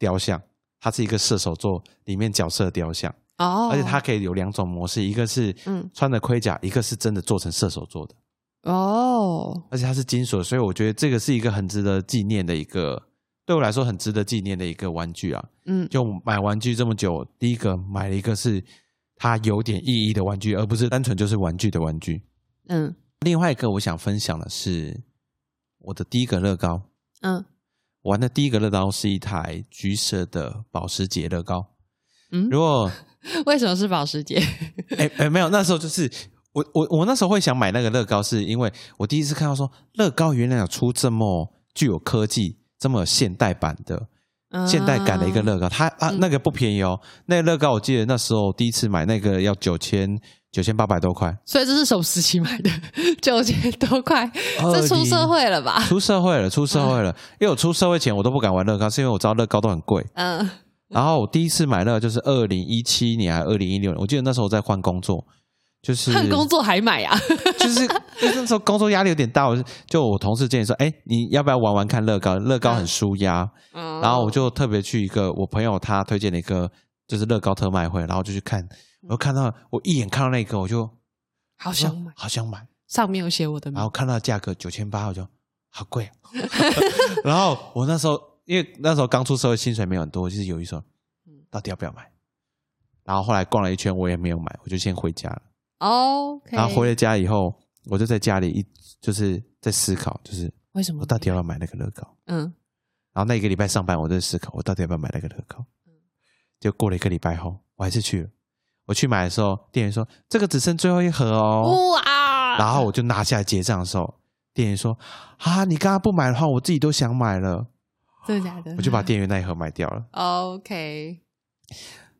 S2: 雕像，它是一个射手座里面角色的雕像，
S1: 哦，
S2: 而且它可以有两种模式，一个是
S1: 嗯
S2: 穿着盔甲，一个是真的做成射手座的，
S1: 哦，
S2: 而且它是金属的，所以我觉得这个是一个很值得纪念的一个，对我来说很值得纪念的一个玩具啊。
S1: 嗯
S2: 就买玩具这么久，第一个买了一个是它有点意义的玩具，而不是单纯就是玩具的玩具。
S1: 嗯
S2: 另外一个我想分享的是我的第一个乐高，
S1: 嗯
S2: 玩的第一个乐高是一台橘色的保时捷乐高。
S1: 嗯
S2: 如果
S1: 为什么是保时捷？
S2: 哎哎没有，那时候就是我我我那时候会想买那个乐高，是因为我第一次看到说乐高原来有出这么具有科技、这么现代版的
S1: 嗯
S2: 现代感的一个乐高，它啊那个不便宜哦，那个乐高我记得那时候第一次买那个要九千九千八百多块，
S1: 所以这是什么时期买的？ 九千多块，这出社会了吧？
S2: 出社会了，出社会了，因为我出社会前我都不敢玩乐高，是因为我知道乐高都很贵。
S1: 嗯
S2: 然后我第一次买乐高就是二零一七年还是二零一六年，我记得那时候我在换工作，就是
S1: 换工作还 买啊？
S2: 就是就是那时候工作压力有点大，我就就我同事建议说，哎，你要不要玩玩看乐高？乐高很舒压。然
S1: 然
S2: 后我就特别去一个我朋友他推荐的一个就是乐高特卖会，然后就去看，我就看到我一眼看到那个我就好
S1: 好嗯想买，嗯
S2: 好想买，
S1: 上面有写我的
S2: 然
S1: 名
S2: 后看到价格九千八，我就好贵啊、 然后我那时候因为那时候刚出社会，薪水没有很多，就是有一说，
S1: 嗯
S2: 到底要不要买？然后后来逛了一圈，我也没有买，我就先回家了。
S1: 哦，OK。
S2: 然后回了家以后，我就在家里一就是在思考，就是
S1: 为什么
S2: 我？到底要不要买那个乐高？
S1: 嗯，
S2: 然后那一个礼拜上班，我就在思考，我到底要不要买那个乐高？就过了一个礼拜后，我还是去了。我去买的时候，店员说这个只剩最后一盒哦。
S1: 哇！
S2: 然后我就拿下来结账的时候，店员说：“啊，你刚刚不买的话，我自己都想买了。
S1: 真的假的？”
S2: 我就把店员那一盒买掉了。
S1: OK，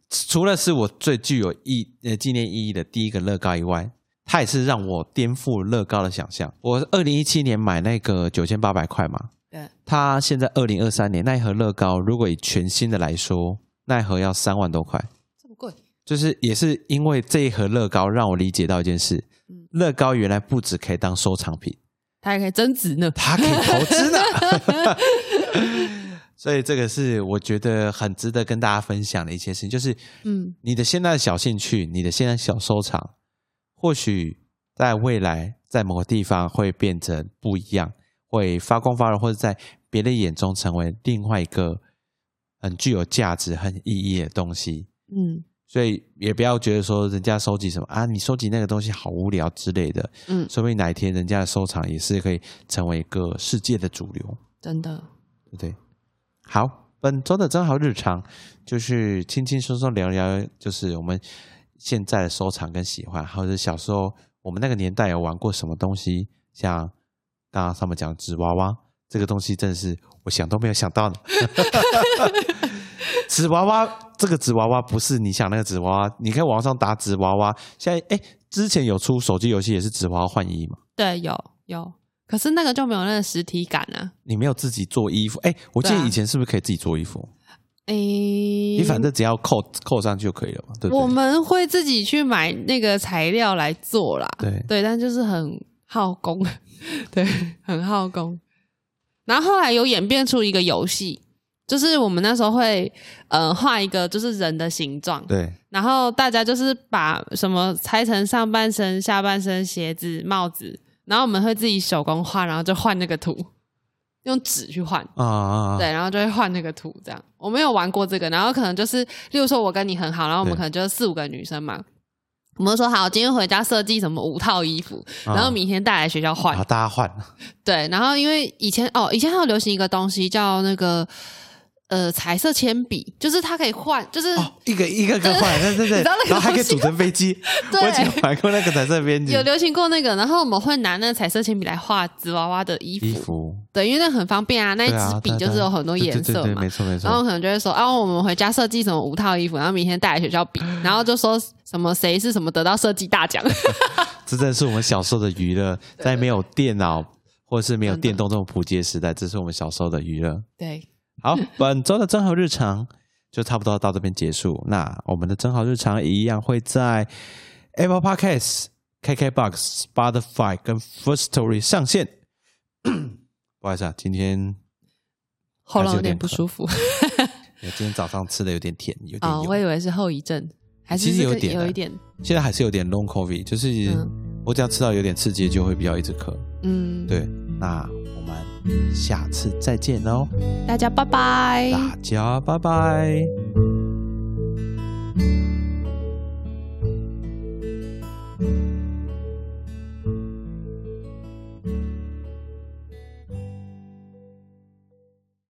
S2: 除了是我最具有意呃纪念意义的第一个乐高以外，它也是让我颠覆乐高的想象。我二零一七年买那个九千八百块嘛，
S1: 对，
S2: 它现在二零二三年那一盒乐高，如果以全新的来说，那一盒要三万多块。
S1: 这么贵，
S2: 就是也是因为这一盒乐高，让我理解到一件事
S1: 嗯：
S2: 乐高原来不只可以当收藏品，
S1: 它还可以增值呢。
S2: 它可以投资呢。 所以这个是我觉得很值得跟大家分享的一些事情，就是
S1: 嗯
S2: 你的现在的小兴趣，你的现在小收藏，或许在未来在某个地方会变成不一样，会发光发热，或者在别人眼中成为另外一个很具有价值、很意义的东西。
S1: 嗯
S2: 所以也不要觉得说人家收集什么啊，你收集那个东西好无聊之类的，
S1: 嗯，
S2: 说不定哪一天人家的收藏也是可以成为一个世界的主流，
S1: 真的。
S2: 对不对？好，本周的真好日常就是轻轻松松聊聊，就是我们现在的收藏跟喜欢，或者小时候我们那个年代有玩过什么东西，像刚刚他们讲纸娃娃这个东西，真的是我想都没有想到呢。纸娃娃这个纸娃娃不是你想那个纸娃娃，你可以网上打纸娃娃。现在哎，之前有出手机游戏也是纸娃娃换衣嘛，
S1: 对，有有，可是那个就没有那个实体感啊。
S2: 你没有自己做衣服。哎，我记
S1: 对
S2: 得
S1: 啊
S2: 以前是不是可以自己做衣服？
S1: 诶，
S2: 你反正只要扣扣上去就可以了嘛，对不
S1: 我
S2: 对？
S1: 们会自己去买那个材料来做啦。
S2: 对
S1: 对，但就是很耗工， 对，很耗工。然后后来有演变出一个游戏，就是我们那时候会呃画一个就是人的形状，
S2: 对
S1: 然后大家就是把什么拆成上半身、下半身、鞋子、帽子，然后我们会自己手工画，然后就换那个图，用纸去换。
S2: 啊啊，啊
S1: 对，然后就会换那个图，这样。我没有玩过这个，然后可能就是，例如说我跟你很好，然后我们
S2: 对
S1: 可能就是四五个女生嘛，我们就说好，今天回家设计什么五套衣服，然后明天带来学校换。
S2: 啊，大家 换
S1: 对，然后因为以前哦，以前还有流行一个东西叫那个呃彩色铅笔，就是它可以换，就是、
S2: 哦，一个一个个换，对对对，
S1: 你知道那个
S2: 然后还可以
S1: 东西
S2: 组成飞机，
S1: 对
S2: 我以前玩过那个彩色编辑
S1: 有流行过那个，然后我们会拿那个彩色铅笔来画纸娃娃的衣服，
S2: 衣服，
S1: 对，因为那很方便啊，那一
S2: 对啊
S1: 支笔
S2: 对
S1: 就是
S2: 对
S1: 有很多
S2: 对
S1: 颜
S2: 对对
S1: 色
S2: 对
S1: 嘛
S2: 没。错没
S1: 然后
S2: 错，
S1: 可能就会说，啊，我们回家设计什么五套衣服，然后明天带来学校比，然后就说什么谁是什么得到设计大奖，
S2: 这真的是我们小时候的娱乐，在没有电脑或者是没有
S1: 真的
S2: 电动这种普及的时代，这是我们小时候的娱乐。
S1: 对，
S2: 好，本周的正好日常就差不多到这边结束。那我们的正好日常一样会在 Apple Podcasts、KKBox、Spotify 跟 First Story 上线。 不好意思啊，今天
S1: 喉咙
S2: 还是有
S1: 有点
S2: 点
S1: 不
S2: 渴
S1: 舒服
S2: 我今天早上吃的有点甜，有点
S1: 啊、
S2: 油，
S1: 我以为是后遗症，还是
S2: 其实
S1: 是
S2: 有
S1: 跟
S2: 点
S1: 有
S2: 啊
S1: 一点，
S2: 现在还是有点 long covid，就是我只要吃到有点刺激，就会比较一直咳。
S1: 嗯，
S2: 对，那我们下次再见喽，哦
S1: 大家拜拜。
S2: 大家拜拜。